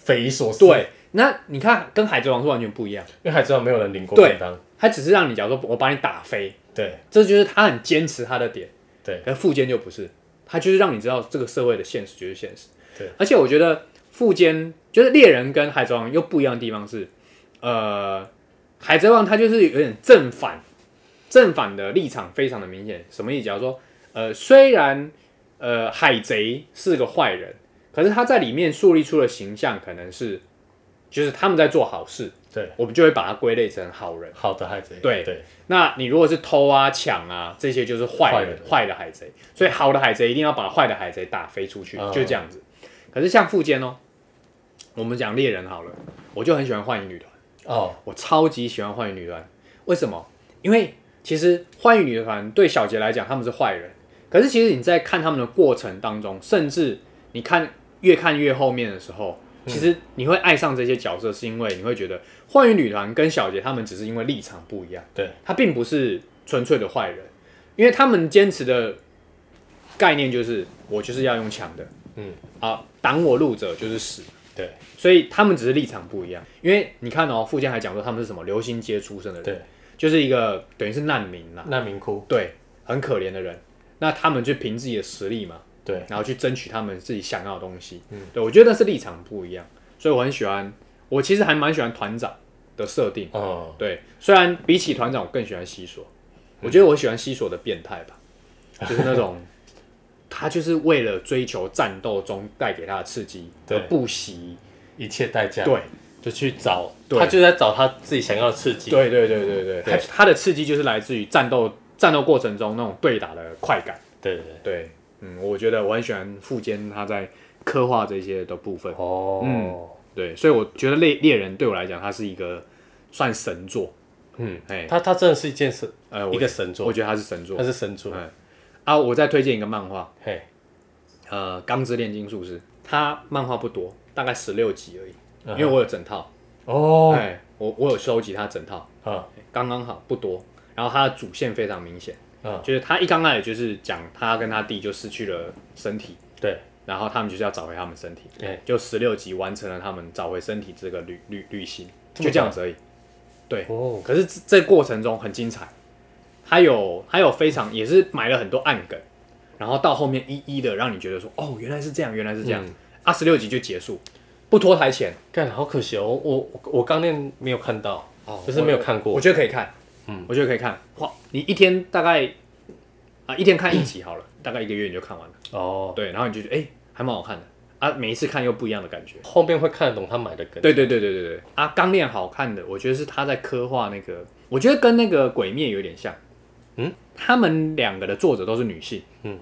Speaker 1: 匪夷所思。，
Speaker 2: 对，那你看跟海贼王是完全不一样，
Speaker 1: 因为海贼王没有人领过
Speaker 2: 对
Speaker 1: 便当。
Speaker 2: 他只是让你假如说我把你打飞，
Speaker 1: 对
Speaker 2: 这就是他很坚持他的点，
Speaker 1: 对
Speaker 2: 而富坚就不是，他就是让你知道这个社会的现实就是现实。
Speaker 1: 对，
Speaker 2: 而且我觉得富坚就是猎人跟海贼王又不一样的地方是，呃，海贼王他就是有点正反，正反的立场非常的明显。什么意思？假如说，呃，虽然呃海贼是个坏人，可是他在里面树立出的形象可能是，就是他们在做好事，
Speaker 1: 对，
Speaker 2: 我们就会把它归类成好人。
Speaker 1: 好的海贼。
Speaker 2: 对
Speaker 1: 对
Speaker 2: 那你如果是偷啊、抢啊这些，就是坏
Speaker 1: 坏
Speaker 2: 人
Speaker 1: 人、
Speaker 2: 坏的海贼。所以好的海贼一定要把坏的海贼打飞出去，
Speaker 1: 嗯
Speaker 2: 就这样子。可是像富坚哦，我们讲猎人好了，我就很喜欢幻影女团，
Speaker 1: 哦，
Speaker 2: 我超级喜欢幻影女团。为什么？因为其实幻影女团对小杰来讲他们是坏人，可是其实你在看他们的过程当中，甚至你看越看越后面的时候，
Speaker 1: 嗯
Speaker 2: 其实你会爱上这些角色，是因为你会觉得幻影女团跟小杰他们只是因为立场不一样，
Speaker 1: 对，
Speaker 2: 他并不是纯粹的坏人，因为他们坚持的概念就是我就是要用抢的，
Speaker 1: 嗯
Speaker 2: 啊，挡我路者就是死，
Speaker 1: 对
Speaker 2: 所以他们只是立场不一样。因为你看哦，富坚还讲说他们是什么流星街出生的人，
Speaker 1: 对，
Speaker 2: 就是一个等于是难民啦、
Speaker 1: 难民窟，
Speaker 2: 对，很可怜的人。那他们就凭自己的实力嘛，
Speaker 1: 对
Speaker 2: 然后去争取他们自己想要的东西。
Speaker 1: 嗯，
Speaker 2: 对我觉得那是立场不一样，所以我很喜欢，我其实还蛮喜欢团长的设定。
Speaker 1: 嗯，
Speaker 2: 对，虽然比起团长，我更喜欢西索。我觉得我喜欢西索的变
Speaker 1: *laughs*
Speaker 2: 态吧，就是那种他就是为了追求战斗中带给他的刺激
Speaker 1: 对
Speaker 2: 而不惜。
Speaker 1: 一切代价，，
Speaker 2: 对
Speaker 1: 就去找，
Speaker 2: 对
Speaker 1: 他就在找他自己想要的刺激，
Speaker 2: 对对对对对，他
Speaker 1: 对
Speaker 2: 他的刺激就是来自于战斗战斗过程中那种对打的快感。
Speaker 1: 对对对，
Speaker 2: 对，嗯，我觉得我很喜欢富坚他在刻画这些的部分。嗯
Speaker 1: 哦，
Speaker 2: 对，所以我觉得猎猎人对我来讲，他是一个算神作。
Speaker 1: 嗯，
Speaker 2: 哎，
Speaker 1: 他他真的是一件神，
Speaker 2: 呃，我
Speaker 1: 一个神
Speaker 2: 我
Speaker 1: 作，
Speaker 2: 觉得他是神作
Speaker 1: 他。是神作，
Speaker 2: 嗯啊，我再推荐一个漫画，
Speaker 1: 嘿，
Speaker 2: 呃，《钢之炼金术师》，它漫画不多，大概十六集而已，
Speaker 1: 嗯
Speaker 2: 因为我有整套，
Speaker 1: 哦，
Speaker 2: 哎，我我有收集它整套，
Speaker 1: 啊，
Speaker 2: 刚刚好不多。然后它的主线非常明显，
Speaker 1: 嗯，
Speaker 2: 就是他一刚开始就是讲他跟他弟就失去了身体，
Speaker 1: 对，
Speaker 2: 然后他们就是要找回他们身体，
Speaker 1: 哎，
Speaker 2: 就十六集完成了他们找回身体这个旅旅旅行，
Speaker 1: 这么
Speaker 2: 就这样子而已。对，
Speaker 1: 哦，
Speaker 2: 可是这这过程中很精彩，还有还有非常也是埋了很多暗梗，然后到后面一一的让你觉得说，哦，原来是这样，原来是这样
Speaker 1: 嗯。
Speaker 2: 啊，十六集就结束，不拖台前，
Speaker 1: 干，好可惜哦，我我我刚练没有看到，
Speaker 2: 哦
Speaker 1: 就是没有看过
Speaker 2: 我觉得可以看，
Speaker 1: 嗯，
Speaker 2: 我觉得可以看。哇，你一天大概啊一天看一集好
Speaker 1: *coughs*
Speaker 2: 了，大概一个月你就看完了。
Speaker 1: 哦，
Speaker 2: 对，然后你就觉得哎、还蛮好看的啊，每一次看又不一样的感觉。
Speaker 1: 后面会看得懂他买的梗，
Speaker 2: 对对对对对对啊！钢炼好看的，我觉得是他在刻画那个，我觉得跟那个鬼灭有点像。
Speaker 1: 嗯，
Speaker 2: 他们两个的作者都是女性。
Speaker 1: 嗯，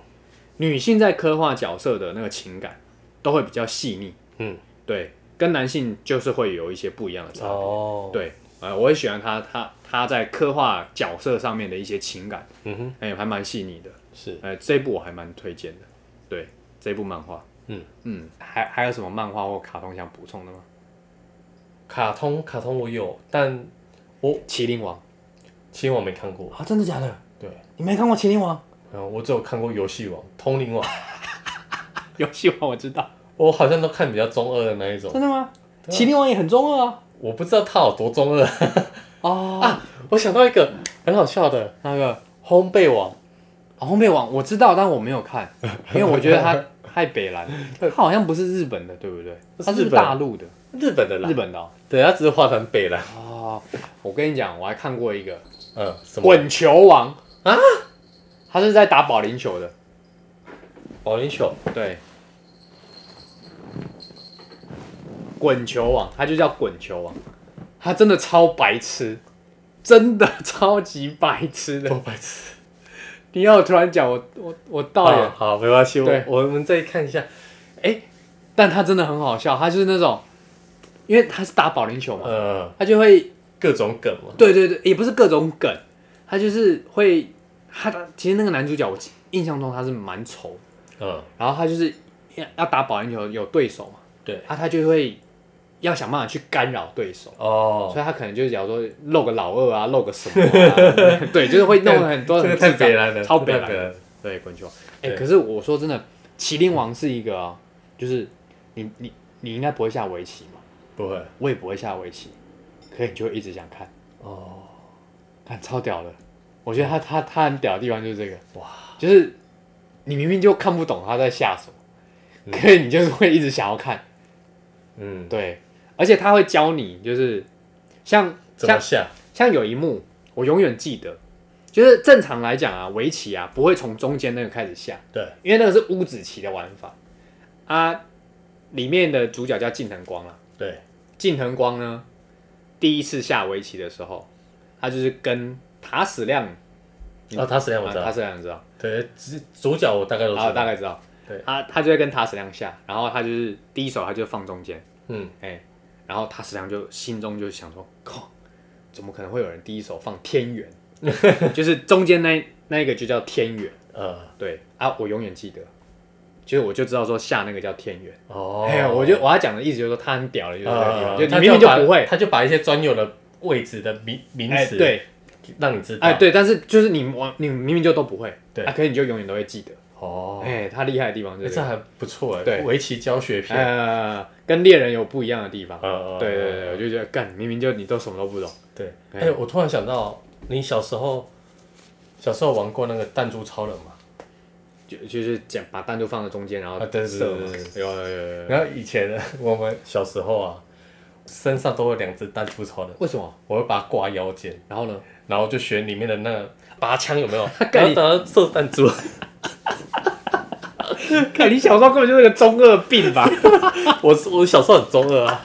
Speaker 2: 女性在刻画角色的那个情感都会比较细腻。
Speaker 1: 嗯，
Speaker 2: 对，跟男性就是会有一些不一样的差。
Speaker 1: 哦，，
Speaker 2: 对，呃，我也喜欢他他他在刻画角色上面的一些情感，
Speaker 1: 嗯哼，
Speaker 2: 哎、还蛮细腻的。
Speaker 1: 是，
Speaker 2: 呃，这一部我还蛮推荐的。对，这一部漫画。
Speaker 1: 嗯
Speaker 2: 嗯，还还有什么漫画或卡通想补充的吗？
Speaker 1: 卡通卡通我有，但
Speaker 2: 麒麟王。
Speaker 1: 其实我没看过，
Speaker 2: 啊，真的假的？
Speaker 1: 对，
Speaker 2: 你没看过《麒麟 *laughs* 王
Speaker 1: 嗯，我只有看过游戏王、通灵 *laughs* 王，》
Speaker 2: 游戏王？我知 *laughs* 道，
Speaker 1: 我好像都看比较中二的那一种，
Speaker 2: 的吗？麒麟王也很中二啊。
Speaker 1: 我不知道他有多中二。 *laughs*
Speaker 2: 哦啊，
Speaker 1: 我想到一个很好笑的
Speaker 2: 那个
Speaker 1: 烘焙王，
Speaker 2: 哦烘焙王我知道，但我没有看，因为我觉得他太北蓝， *laughs* 他好像不是日本的，对不对？
Speaker 1: 不是
Speaker 2: 他是
Speaker 1: 日本
Speaker 2: 大陆的，
Speaker 1: 日本的啦，
Speaker 2: 日本的哦。
Speaker 1: 对，他只是画得很北啦。
Speaker 2: 哦，我跟你讲，我还看过一个
Speaker 1: 嗯，什么？
Speaker 2: 滚球王啊，他是在打保龄球的，
Speaker 1: 保龄球。
Speaker 2: 对。滚球王，他就叫滚球王，他真的超白痴，真的超级白痴啊的。
Speaker 1: 多白痴！
Speaker 2: 你要我突然讲，我我我到
Speaker 1: 哦好，
Speaker 2: 了，
Speaker 1: 好，没关系，我
Speaker 2: 对
Speaker 1: 我们再看一下。
Speaker 2: 但他真的很好笑，他就是那种，因为他是打保龄球嘛，
Speaker 1: 呃，
Speaker 2: 他就会，
Speaker 1: 各种梗嘛。
Speaker 2: 对对对，也不是各种梗，他就是会，他其实那个男主角我印象中他是蛮丑的，
Speaker 1: 嗯，
Speaker 2: 然后他就是要要打保龄球有对手嘛，
Speaker 1: 对。
Speaker 2: 啊他就会要想办法去干扰对手，
Speaker 1: 哦，
Speaker 2: 所以他可能就是假如说露个老二啊，露个什么啊， *laughs* 对，就是会弄很多
Speaker 1: 这个
Speaker 2: 很
Speaker 1: 太
Speaker 2: 智障
Speaker 1: 北蓝了，
Speaker 2: 超
Speaker 1: 这
Speaker 2: 北
Speaker 1: 个太
Speaker 2: 蓝
Speaker 1: 北
Speaker 2: 的。
Speaker 1: 蓝了。
Speaker 2: 对，滚球。哎、
Speaker 1: 对
Speaker 2: 可是我说真的，麒麟王是一个啊、就是你你你应该不会下围棋嘛，
Speaker 1: 不会。
Speaker 2: 我也不会下围棋，可是你就会一直想看，
Speaker 1: 哦，
Speaker 2: 看超屌的。我觉得他他他很屌的地方就是这个，
Speaker 1: 哇，
Speaker 2: 就是你明明就看不懂他在下什么，
Speaker 1: 嗯
Speaker 2: 可是你就是会一直想要看。
Speaker 1: 嗯，
Speaker 2: 对，而且他会教你，就是像
Speaker 1: 怎
Speaker 2: 像
Speaker 1: 么下？
Speaker 2: 像有一幕我永远记得，就是正常来讲啊，围棋啊不会从中间那个开始下，
Speaker 1: 对，
Speaker 2: 因为那个是乌子棋的玩法啊。里面的主角叫近藤光啊啦，
Speaker 1: 对，
Speaker 2: 近藤光呢，第一次下围棋的时候，他就是跟塔矢亮，嗯
Speaker 1: 哦，他是这样，我知
Speaker 2: 啊塔
Speaker 1: 道。
Speaker 2: 矢亮知道，
Speaker 1: 对，主主角我大概都知
Speaker 2: 啊，
Speaker 1: 道。
Speaker 2: 大概知道，
Speaker 1: 对
Speaker 2: 他他就会跟塔矢亮下，然后他就是第一手他就放中间，
Speaker 1: 嗯，
Speaker 2: 哎、然后塔矢亮就心中就想说，靠，怎么可能会有人第一手放
Speaker 1: *laughs*
Speaker 2: 天元？就是中间那那一个就叫天元，
Speaker 1: 呃，
Speaker 2: 对啊，我永远记得，就是我就知道说下那个叫天元。
Speaker 1: 哦
Speaker 2: 哎呀，我就我要讲的意思就是说他很屌了，就是这个地方，
Speaker 1: 呃，
Speaker 2: 就
Speaker 1: 他
Speaker 2: 你明明就
Speaker 1: 把
Speaker 2: 不会，
Speaker 1: 他就把一些专有的位置的名名
Speaker 2: 哎
Speaker 1: 词
Speaker 2: 对，
Speaker 1: 让你知道，
Speaker 2: 哎，对，但是就是你往你明明就都不会，
Speaker 1: 对
Speaker 2: 啊，可是你就永远都会记得。
Speaker 1: 哦，
Speaker 2: 哎，他厉害的地方就
Speaker 1: 哎
Speaker 2: 是
Speaker 1: 这
Speaker 2: 这个，
Speaker 1: 还不错哎，
Speaker 2: 对
Speaker 1: 围棋教学片，
Speaker 2: 呃，跟猎人有不一样的地方。
Speaker 1: 呃
Speaker 2: 对对对，我就觉得干，明明就你都什么都不懂。
Speaker 1: 对，
Speaker 2: 哎
Speaker 1: 哎、我突然想到，你小时候小时候玩过那个弹珠超人嘛？
Speaker 2: 就就是讲把弹珠放在中间，然后
Speaker 1: 啊对对对
Speaker 2: 射
Speaker 1: 对
Speaker 2: 嘛
Speaker 1: 对
Speaker 2: 有有有有有。
Speaker 1: *laughs* 然后以前我们小时候啊，身上都有两只弹珠超人，
Speaker 2: 为什么？
Speaker 1: 我会把它挂腰间，
Speaker 2: 然 *laughs* 后呢？
Speaker 1: 然后就学里面的那个拔枪有没有？
Speaker 2: *laughs*
Speaker 1: 然
Speaker 2: 干你
Speaker 1: 后等到射弹
Speaker 2: *laughs*
Speaker 1: 珠，
Speaker 2: 看你小时候根本就是个中二病吧？
Speaker 1: 我是我小时候很中二啊，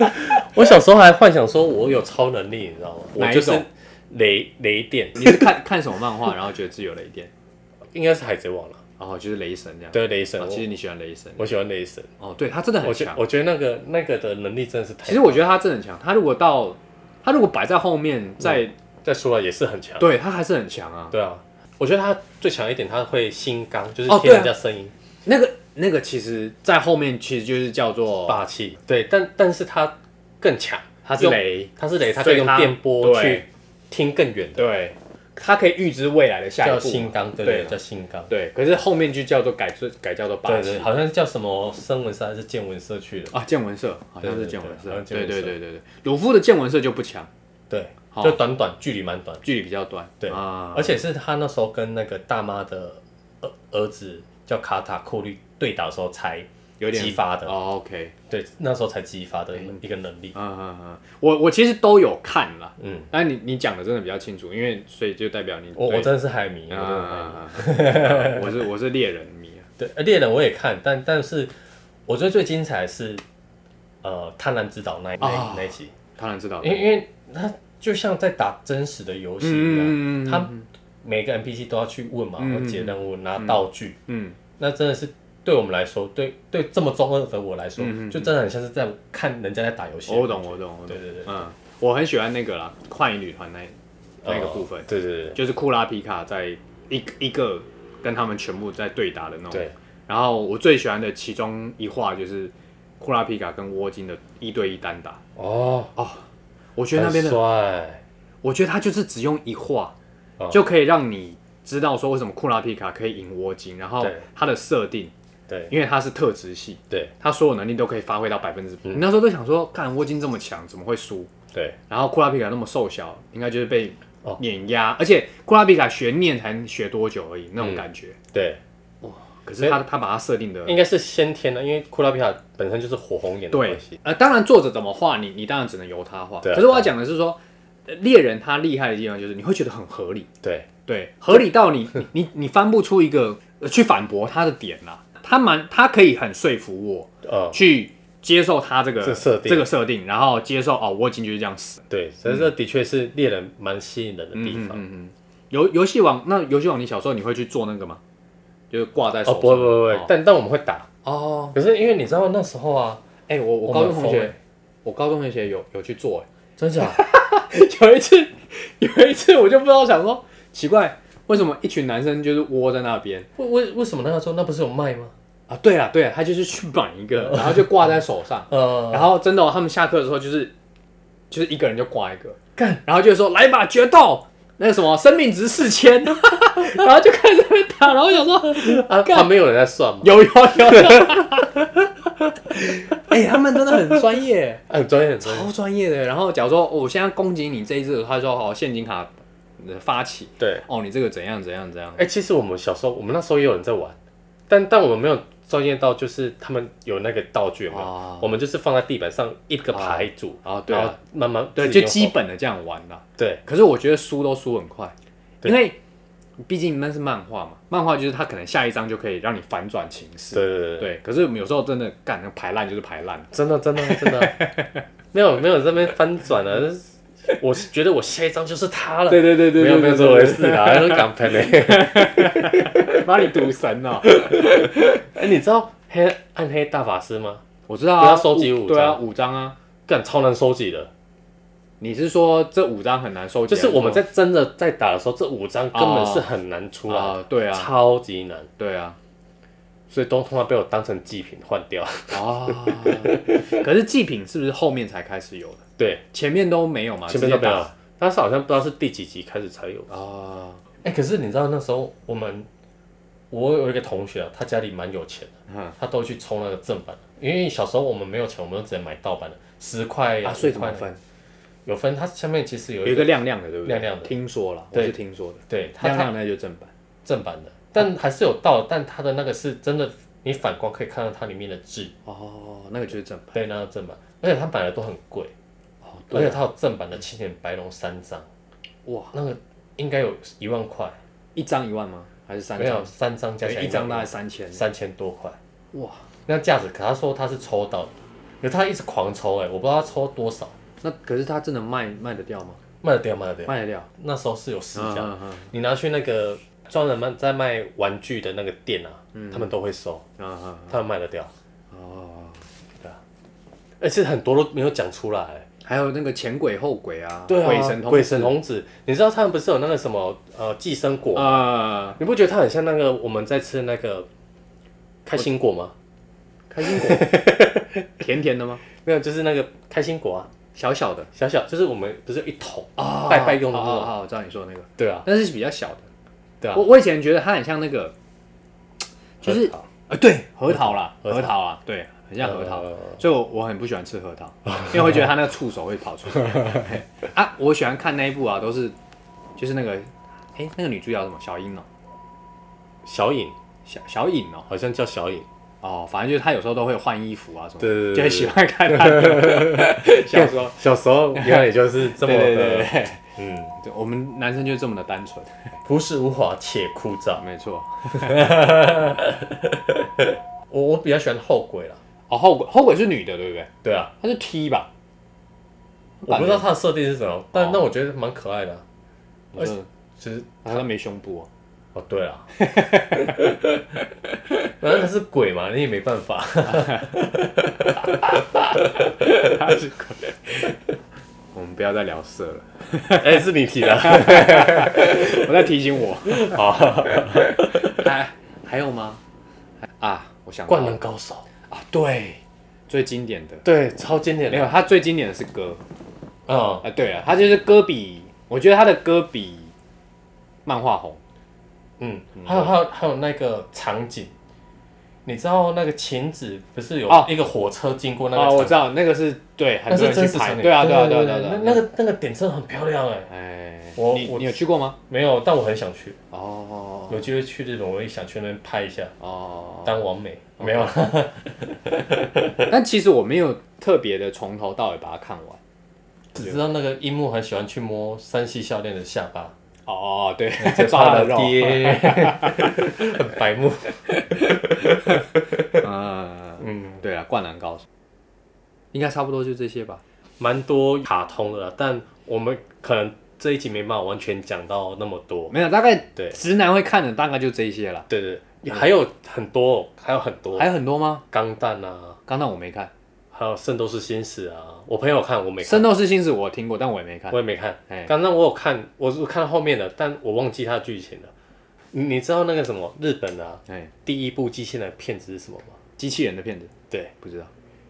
Speaker 1: *laughs* 我小时候还幻想说我有超能力，你知道吗？我
Speaker 2: 哪一
Speaker 1: 就是
Speaker 2: 种
Speaker 1: 雷雷电，
Speaker 2: *laughs* 你是看看什么漫画，然后觉得自己有雷电，
Speaker 1: 应该是海贼王了，啊
Speaker 2: 然后就是雷神这样。
Speaker 1: 对雷神，
Speaker 2: 哦，其实
Speaker 1: 我
Speaker 2: 你喜欢雷神。
Speaker 1: 我喜欢雷神，
Speaker 2: 哦，对他真的很
Speaker 1: 我觉
Speaker 2: 强。
Speaker 1: 我觉得那个那个的能力真的是太，
Speaker 2: 其实我觉得他真的很强。他如果到他如果摆在后面，在
Speaker 1: 再说了也是很强。
Speaker 2: 对他还是很强啊。
Speaker 1: 对啊，我觉得他最强一点，他会心刚，就是
Speaker 2: 哦
Speaker 1: 听人
Speaker 2: 对
Speaker 1: 家
Speaker 2: 啊
Speaker 1: 声音，
Speaker 2: 那个那个其实，在后面其实就是叫做
Speaker 1: 霸气。对，但但是他更强，
Speaker 2: 他是
Speaker 1: 用，
Speaker 2: 雷，
Speaker 1: 他是雷，他可
Speaker 2: 所以
Speaker 1: 以用
Speaker 2: 他
Speaker 1: 电波
Speaker 2: 对
Speaker 1: 去听更远的，
Speaker 2: 对，他可以预知未来的下一
Speaker 1: 叫
Speaker 2: 步嘛
Speaker 1: 心。刚，对
Speaker 2: 对
Speaker 1: 对，
Speaker 2: 啊
Speaker 1: 叫心刚。
Speaker 2: 对，可是后面就叫做改改叫做霸
Speaker 1: 对
Speaker 2: 气
Speaker 1: 对，好像叫什么声纹社还是见闻社去的，
Speaker 2: 啊，见闻社好像是
Speaker 1: 对对对
Speaker 2: 见闻社
Speaker 1: 好，像见
Speaker 2: 对
Speaker 1: 闻
Speaker 2: 对
Speaker 1: 社
Speaker 2: 对对对，鲁夫的见闻社就不强，
Speaker 1: 对，
Speaker 2: 好
Speaker 1: 就短短距离蛮短，
Speaker 2: 距离比较短，
Speaker 1: 对
Speaker 2: 啊，
Speaker 1: 而且是他那时候跟那个大妈的儿儿子叫卡塔库律对打的时候才
Speaker 2: 有点
Speaker 1: 激发的，
Speaker 2: 哦，OK，
Speaker 1: 对，那时候才激发的一个能力，
Speaker 2: 嗯嗯嗯，我我其实都有看啦，
Speaker 1: 嗯，
Speaker 2: 但你你讲的真的比较清楚，因为所以就代表你
Speaker 1: 我我
Speaker 2: 对
Speaker 1: 真的是海迷，我真的是海迷。
Speaker 2: 啊，嗯嗯嗯我是我是猎人迷啊，
Speaker 1: 对，呃猎人我也看，但但是我觉得最精彩的是，呃，贪婪之岛那一那一、
Speaker 2: 啊
Speaker 1: 那一集，
Speaker 2: 当然知道，
Speaker 1: 因为因为它就像在打真实的游戏一样，
Speaker 2: 嗯嗯嗯嗯
Speaker 1: 他每个 NPC 都要去问嘛，
Speaker 2: 嗯
Speaker 1: 或解任务、拿道具，
Speaker 2: 嗯，
Speaker 1: 那真的是对我们来说，对对这么中二的我来说，
Speaker 2: 嗯嗯嗯哦
Speaker 1: 就真的很像是在看人家在打游戏。
Speaker 2: 我懂我懂我懂，
Speaker 1: 对对对
Speaker 2: 嗯，我很喜欢那个啦，幻影旅团那
Speaker 1: 呃
Speaker 2: 那个部分，
Speaker 1: 对对对
Speaker 2: 就是库拉皮卡在一个一个跟他们全部在对打的那种。
Speaker 1: 对，
Speaker 2: 然后我最喜欢的其中一话就是库拉皮卡跟窝金的一对一单打。
Speaker 1: 哦，
Speaker 2: 我觉得那边
Speaker 1: 很
Speaker 2: 的，
Speaker 1: 帅，
Speaker 2: 我觉得他就是只用一话、
Speaker 1: 哦
Speaker 2: 就可以让你知道说为什么库拉皮卡可以赢窝金，然后
Speaker 1: 对
Speaker 2: 他的设定，
Speaker 1: 对
Speaker 2: 因为他是特质系，
Speaker 1: 对
Speaker 2: 他所有能力都可以发挥到百分
Speaker 1: 嗯
Speaker 2: 之百。你那时候都想说，看窝金这么强，怎么会输？
Speaker 1: 对，
Speaker 2: 然后库拉皮卡那么瘦小，应该就是被
Speaker 1: 哦
Speaker 2: 碾压，而且库拉皮卡学念才学多久而已，那种
Speaker 1: 嗯
Speaker 2: 感觉。
Speaker 1: 对，
Speaker 2: 可是他他把它设定的
Speaker 1: 应该是先天的，因为库拉皮卡本身就是火红眼的
Speaker 2: 对
Speaker 1: 关系，，
Speaker 2: 呃，当然作者怎么画你，你当然只能由他画。
Speaker 1: 对啊
Speaker 2: 可是我要讲的是说，呃猎人他厉害的地方就是你会觉得很合理，
Speaker 1: 对
Speaker 2: 对，合理到你 *laughs* 你你你翻不出一个呃去反驳他的点啦、他蛮他可以很说服我
Speaker 1: 呃，
Speaker 2: 去接受他这个
Speaker 1: 这设定
Speaker 2: 这个设定，然后接受哦，我已经就是这样死。
Speaker 1: 对，所以这的确是猎人蛮吸引人的地方。
Speaker 2: 嗯游游戏王那游戏王，你小时候你会去做那个吗？就是挂在
Speaker 1: 哦，
Speaker 2: 手上
Speaker 1: 不会不会不会，
Speaker 2: 哦
Speaker 1: 但但我们会打。
Speaker 2: 哦，
Speaker 1: 可是因为你知道那时候啊，
Speaker 2: 哎、我我高中同
Speaker 1: 我们疯
Speaker 2: 学
Speaker 1: 了，
Speaker 2: 我高中同学有有去做、哎。
Speaker 1: 真假？
Speaker 2: *laughs* 有一次，有一次我就不知道想说，奇怪，为什么一群男生就是窝在那边
Speaker 1: 为为为什么那个时候那不是有卖吗？
Speaker 2: 啊？对啊，对啊，他就是去买
Speaker 1: *laughs*
Speaker 2: 一个，然后就挂在手上，
Speaker 1: 呃，
Speaker 2: 然后真的哦、他们下课的时候就是就是一个人就挂一个，
Speaker 1: 干，
Speaker 2: 然后就说来吧，决斗。那个什么，生命值四千， *laughs* 然后就开始在那边打，然后想说
Speaker 1: 啊，
Speaker 2: 干
Speaker 1: 旁边有人在算吗？
Speaker 2: 有有有有， *laughs* 哎、他们真的很专业，
Speaker 1: 啊很专业很专业。
Speaker 2: *laughs* 超专业的。然后假如说、哦我现在攻击你这一次，他说好现金卡呃发起，
Speaker 1: 对，
Speaker 2: 哦，你这个怎样怎样怎样？
Speaker 1: 哎，其实我们小时候，我们那时候也有人在玩，但但我们没有专业到，就是他们有那个道具有没有？
Speaker 2: 哦，
Speaker 1: 我们就是放在地板上一个牌组，
Speaker 2: 啊，对
Speaker 1: 然后
Speaker 2: 啊，
Speaker 1: 慢慢
Speaker 2: 对，
Speaker 1: 自己
Speaker 2: 就
Speaker 1: 用
Speaker 2: 基
Speaker 1: 手
Speaker 2: 本的这样玩啦。
Speaker 1: 对
Speaker 2: 可是我觉得输都输很快，
Speaker 1: 对
Speaker 2: 因为毕竟那是漫画嘛，漫画就是它可能下一章就可以让你反转情势。
Speaker 1: 对对对对，
Speaker 2: 对，可是我们有时候真的干，那排烂就是排烂。
Speaker 1: 真的真的真的， *laughs* 没有没有这边翻转了，我觉得我下一张就是他了。
Speaker 2: 对对
Speaker 1: 没有没有这回事
Speaker 2: 啊，
Speaker 1: 啦，都港喷 *laughs* 嘞。
Speaker 2: 把你赌神 *laughs* 哦。
Speaker 1: 哎，你知道黑暗黑大法师吗？
Speaker 2: 我知道
Speaker 1: 不
Speaker 2: 啊，
Speaker 1: 要收集五
Speaker 2: 对啊，
Speaker 1: 张
Speaker 2: 五张啊。
Speaker 1: 干超难收集的，
Speaker 2: 你是说这五张很难收集
Speaker 1: 就
Speaker 2: 啊？
Speaker 1: 是我们在真的在打的时候，这五张根本是很难出来
Speaker 2: 啊
Speaker 1: 的，，
Speaker 2: 对啊，
Speaker 1: 超级难。
Speaker 2: 对啊，
Speaker 1: 所以都通常被我当成祭品换掉。
Speaker 2: 啊。 *laughs* 可是祭品是不是后面才开始有的？
Speaker 1: *laughs* 对，啊
Speaker 2: 前面都没有嘛？
Speaker 1: 前面都没
Speaker 2: 直接
Speaker 1: 有，但是好像不知道是第几集开始才有。
Speaker 2: 打啊。
Speaker 1: 哎、可是你知道那时候我们，我有一个同学啊，他家里蛮有钱的，
Speaker 2: 嗯
Speaker 1: 他都去冲那个正版的，因为小时候我们没有钱，我们就只能买盗版的，十块
Speaker 2: 啊，所以怎么？
Speaker 1: 20块
Speaker 2: 分？
Speaker 1: 有分，它下面其实有
Speaker 2: 有
Speaker 1: 一
Speaker 2: 一
Speaker 1: 个
Speaker 2: 个亮亮的，对不对？
Speaker 1: 亮亮的
Speaker 2: 听说了，我
Speaker 1: 对
Speaker 2: 是听说的。
Speaker 1: 对，它
Speaker 2: 亮
Speaker 1: 它
Speaker 2: 亮的那就正版。
Speaker 1: 正版的，但还是有盗，但它的那个是真的，你反光可以看到它里面的字，
Speaker 2: 哦，那个就是正版。
Speaker 1: 对，那个正版，而且它买的都很贵，
Speaker 2: 哦，
Speaker 1: 而且
Speaker 2: 对啊，
Speaker 1: 它有正版的青眼白龙三张，
Speaker 2: 哇，
Speaker 1: 那个应该有一万块，
Speaker 2: 一张一万吗？还是三
Speaker 1: 没有
Speaker 2: 张？
Speaker 1: 三张加起来
Speaker 2: 一张大概三千。
Speaker 1: 三千多块。
Speaker 2: 哇，
Speaker 1: 那价值，可他说他是抽到的，可是他一直狂抽、哎，我不知道他抽多少，
Speaker 2: 那可是它真的卖卖得掉吗？
Speaker 1: 卖得掉，卖得掉。
Speaker 2: 卖得掉。
Speaker 1: 那时候是有市
Speaker 2: 嗯
Speaker 1: 价，
Speaker 2: 嗯嗯
Speaker 1: 你拿去那个专门卖在卖玩具的那个店啊，他们都会收，
Speaker 2: 嗯嗯。
Speaker 1: 他们卖得掉，
Speaker 2: 哦，
Speaker 1: 对啊。而且很多都没有讲出来、哎
Speaker 2: 还有那个前鬼后鬼啊，
Speaker 1: 对啊，
Speaker 2: 鬼神通
Speaker 1: 鬼神童子，你知道他们不是有那个什么呃寄生果？
Speaker 2: 啊，
Speaker 1: 你不觉得它很像那个我们在吃的那个开心果吗？
Speaker 2: 开心果， *laughs* 甜甜的吗？
Speaker 1: 没有，就是那个开心果啊，
Speaker 2: 小小的
Speaker 1: 小小，就是我们不是有一桶
Speaker 2: 啊
Speaker 1: 拜拜用的那
Speaker 2: 哦
Speaker 1: 种，
Speaker 2: 哦，我知道你说的那个，
Speaker 1: 对啊，
Speaker 2: 但是比较小的。
Speaker 1: 对啊
Speaker 2: 我，我以前觉得它很像那个，就
Speaker 1: 核
Speaker 2: 是
Speaker 1: 桃啊
Speaker 2: 呃，对，核桃啦，
Speaker 1: 核桃
Speaker 2: 核桃啊，对，很像核桃
Speaker 1: 呃，
Speaker 2: 所以我我很不喜欢吃
Speaker 1: *laughs*
Speaker 2: 核桃，因为会觉得它那个触手会跑出来。 *laughs* 嘿啊，我喜欢看那一部啊，都是就是那个，哎，那个女主角叫什么？小樱哦，
Speaker 1: 小影
Speaker 2: 小小颖哦，
Speaker 1: 好像叫小影，
Speaker 2: 哦，反正就是她有时候都会换衣服啊什么的，
Speaker 1: 对对对
Speaker 2: 就很喜欢看她的小时候。
Speaker 1: *laughs* 小时候原来也就是这么
Speaker 2: 对
Speaker 1: *laughs* 的，
Speaker 2: 对对对，
Speaker 1: 嗯，
Speaker 2: 对我们男生就这么的单纯，
Speaker 1: 朴实无华且枯燥。
Speaker 2: 没错。
Speaker 1: 我我比较喜欢后鬼啦，
Speaker 2: 哦，后鬼后鬼是女的，对不对？
Speaker 1: 对啊，
Speaker 2: 她是 T 吧？
Speaker 1: 我不知道它的设定是什么，
Speaker 2: 哦
Speaker 1: 但那我觉得蛮可爱的啊，
Speaker 2: 感
Speaker 1: 而
Speaker 2: 觉，
Speaker 1: 且就是
Speaker 2: 她没胸部哦。
Speaker 1: 哦对啊， *laughs* 反正它是鬼嘛，你也没办
Speaker 2: *laughs*
Speaker 1: 法。
Speaker 2: 他是鬼。我们不要再聊色了，
Speaker 1: 哎，是你提 *laughs* 的，
Speaker 2: 我在提醒我。哦好，还还有吗？啊，我想到
Speaker 1: 灌
Speaker 2: 了
Speaker 1: 篮高手，
Speaker 2: 啊，对，最经典的
Speaker 1: 对，超经典
Speaker 2: 没
Speaker 1: 的，
Speaker 2: 有，他最经典的是歌
Speaker 1: 嗯，
Speaker 2: 啊。对了，他就是歌比，我觉得他的歌比漫画红。
Speaker 1: 嗯，还有还有还有那个场景，你知道那个晴子不是
Speaker 2: 哦
Speaker 1: 有一个火车经过那
Speaker 2: 哦，我
Speaker 1: 个
Speaker 2: 知
Speaker 1: 场，
Speaker 2: 道那个是对，很
Speaker 1: 那
Speaker 2: 多
Speaker 1: 是真
Speaker 2: 人
Speaker 1: 实
Speaker 2: 去
Speaker 1: 场
Speaker 2: 拍。
Speaker 1: 景，
Speaker 2: 对啊，对啊，对啊，
Speaker 1: 对
Speaker 2: 对啊对
Speaker 1: 那
Speaker 2: 啊。
Speaker 1: 那个那个点真的很漂亮哎，
Speaker 2: 哎，
Speaker 1: 我
Speaker 2: 你
Speaker 1: 我
Speaker 2: 你有去过吗？
Speaker 1: 没有，但我很想去，
Speaker 2: 哦
Speaker 1: 有机会去日本，我也想去那边拍一下，
Speaker 2: 哦，
Speaker 1: 当完美，没有啦，啊
Speaker 2: 但其实我没有特别的从头到尾把它看完。
Speaker 1: 只知道那个樱木很喜欢去摸山西笑恋的下巴，
Speaker 2: 哦，对，
Speaker 1: 怕
Speaker 2: 抓他的
Speaker 1: 他
Speaker 2: 肉。
Speaker 1: 爹，
Speaker 2: *laughs*
Speaker 1: 很 *laughs* 白目，
Speaker 2: 嗯，
Speaker 1: 嗯，
Speaker 2: 对了，灌篮高手应该差不多就这些吧。
Speaker 1: 蛮多卡通的啦，但我们可能这一集没办法完全讲到那么多，
Speaker 2: 哦没有，大概
Speaker 1: 对
Speaker 2: 直男会看的大概就这些了，
Speaker 1: 对对，对还有很多，还有很多
Speaker 2: 还，有很多吗？
Speaker 1: 钢弹啊，
Speaker 2: 刚刚我没看，
Speaker 1: 还有《圣斗士星矢》啊，我朋友看我没
Speaker 2: 《圣
Speaker 1: 看，
Speaker 2: 斗士星矢》我听过，但我也没看
Speaker 1: 我。也没看。
Speaker 2: 哎，
Speaker 1: 钢弹我有看，我是看到后面的，但我忘记它的剧情了。你你知道那个什么日本的啊，
Speaker 2: 哎，
Speaker 1: 第一部机器人的片子是什么吗？
Speaker 2: 机器人的片子
Speaker 1: 对，
Speaker 2: 不知道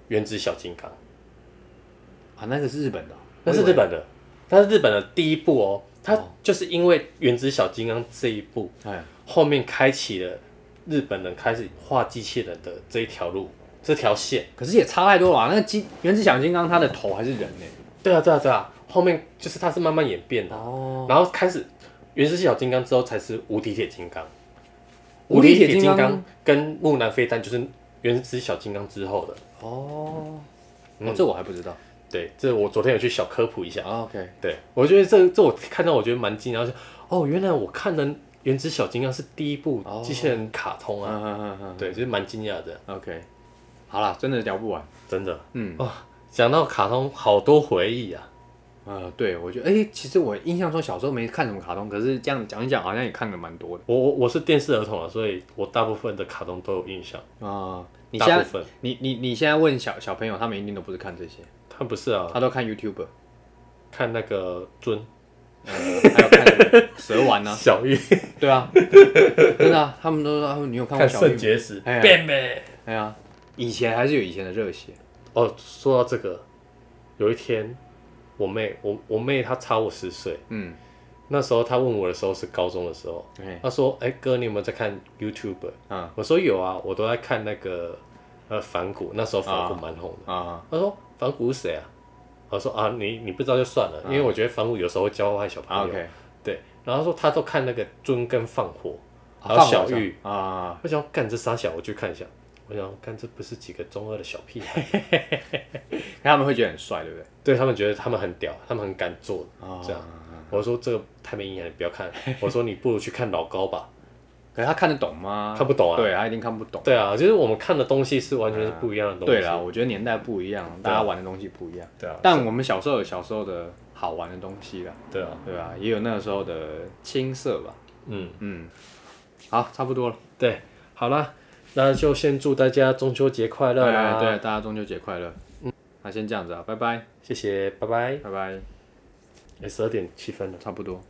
Speaker 1: 原子小金刚，
Speaker 2: 啊，那个是日本的哦，
Speaker 1: 那是
Speaker 2: 我以为
Speaker 1: 日本的，那是日本的第一部哦。它
Speaker 2: 哦
Speaker 1: 就是因为原子小金刚这一部，
Speaker 2: 哎，
Speaker 1: 后面开启了日本人开始画机器人的这一条路，这条线。
Speaker 2: 可是也差太多了啊。那个机原子小金刚，它的头还是人呢。
Speaker 1: 对啊，对啊，对啊，后面就是它是慢慢演变的，
Speaker 2: 哦，
Speaker 1: 然后开始原始小金刚之后才是无敌铁金刚，
Speaker 2: 无
Speaker 1: 无敌
Speaker 2: 敌铁
Speaker 1: 铁
Speaker 2: 金
Speaker 1: 金
Speaker 2: 刚
Speaker 1: 刚跟木兰飞弹就是原始小金刚之后的。
Speaker 2: 哦，
Speaker 1: 嗯
Speaker 2: 哦，这我还不知道。
Speaker 1: 对，这我昨天有去小科普一下。
Speaker 2: 啊 OK，
Speaker 1: 对，我觉得这这我看到我觉得蛮惊讶，然后就哦，原来我看的原始小金刚是第一部
Speaker 2: 哦
Speaker 1: 机器人卡通啊，
Speaker 2: 嗯嗯嗯
Speaker 1: 对，就是蛮惊讶的，
Speaker 2: 嗯，OK，好啦，真的聊不完。
Speaker 1: 真的。
Speaker 2: 嗯，
Speaker 1: 讲到卡通，好多回忆啊。
Speaker 2: 呃，对，我觉得，哎、其实我印象中小时候没看什么卡通，可是这样讲一讲，好像也看的蛮多的
Speaker 1: 我我我是电视儿童啊，所以我大部分的卡通都有印象。
Speaker 2: 啊、你现
Speaker 1: 大
Speaker 2: 在
Speaker 1: 部，分
Speaker 2: 你你你现在问小小朋友，他们一定都不是看这些，
Speaker 1: 他不是啊，
Speaker 2: 他都看 YouTube
Speaker 1: 看那个尊
Speaker 2: 呃，还有看什 *laughs* 么蛇丸啊，
Speaker 1: 小玉
Speaker 2: 对 *laughs* 啊，真的、啊，他们都说、啊、你有看过
Speaker 1: 看
Speaker 2: 小
Speaker 1: 肾
Speaker 2: 玉吗？
Speaker 1: 结石
Speaker 2: 哎呀
Speaker 1: 变呗。
Speaker 2: 哎呀，以前还是有以前的热血，
Speaker 1: 哦，说到这个，有一天我妹我我妹她差我十岁，
Speaker 2: 嗯，
Speaker 1: 那时候她问我的时候是高中的时候，
Speaker 2: 哎，
Speaker 1: 她说：“哎、哥，你有没有在看 YouTube？”
Speaker 2: 啊
Speaker 1: 我说：“有啊，我都在看那个呃反骨，那时候反骨
Speaker 2: 啊
Speaker 1: 蛮红的。
Speaker 2: 啊，
Speaker 1: 她说：“反骨是谁啊？”我说：“啊，你你不知道就算了，因为我觉得反骨有时候会教坏小朋
Speaker 2: 啊
Speaker 1: 友。
Speaker 2: ，OK，
Speaker 1: 对，然后她说她都看那个尊跟放火，
Speaker 2: 啊
Speaker 1: 然后小玉。
Speaker 2: 放我上啊，
Speaker 1: 我想说干这傻小，我去看一下。我想说干这不是几个中二的小屁孩， *laughs*
Speaker 2: 他们会觉得很帅，对不对？
Speaker 1: 对他们觉得他们很屌，他们很敢做。
Speaker 2: 啊
Speaker 1: 这样，我说这个太没营养，你不要
Speaker 2: *laughs*
Speaker 1: 看。我说你不如去看老高吧，
Speaker 2: 可是他看得懂吗？
Speaker 1: 看不懂啊。
Speaker 2: 对他一定看不懂。
Speaker 1: 对啊，就是我们看的东西是完全是不一样的东西。啊
Speaker 2: 对啦，我觉得年代不一样，大家玩的东西不一样。
Speaker 1: 对啊，
Speaker 2: 但我们小时候有小时候的好玩的东西啦，
Speaker 1: 对啊，
Speaker 2: 对吧？也有那个时候的青涩吧。
Speaker 1: 嗯，
Speaker 2: 嗯，好，差不多了。
Speaker 1: 对，好啦，那就先祝大家中秋节快乐啦！嗯
Speaker 2: 哎对，大家中秋节快乐。那先这样子啊，拜拜，
Speaker 1: 谢谢，拜拜。哎
Speaker 2: 拜拜，
Speaker 1: 也十二点七分了。
Speaker 2: 差不多。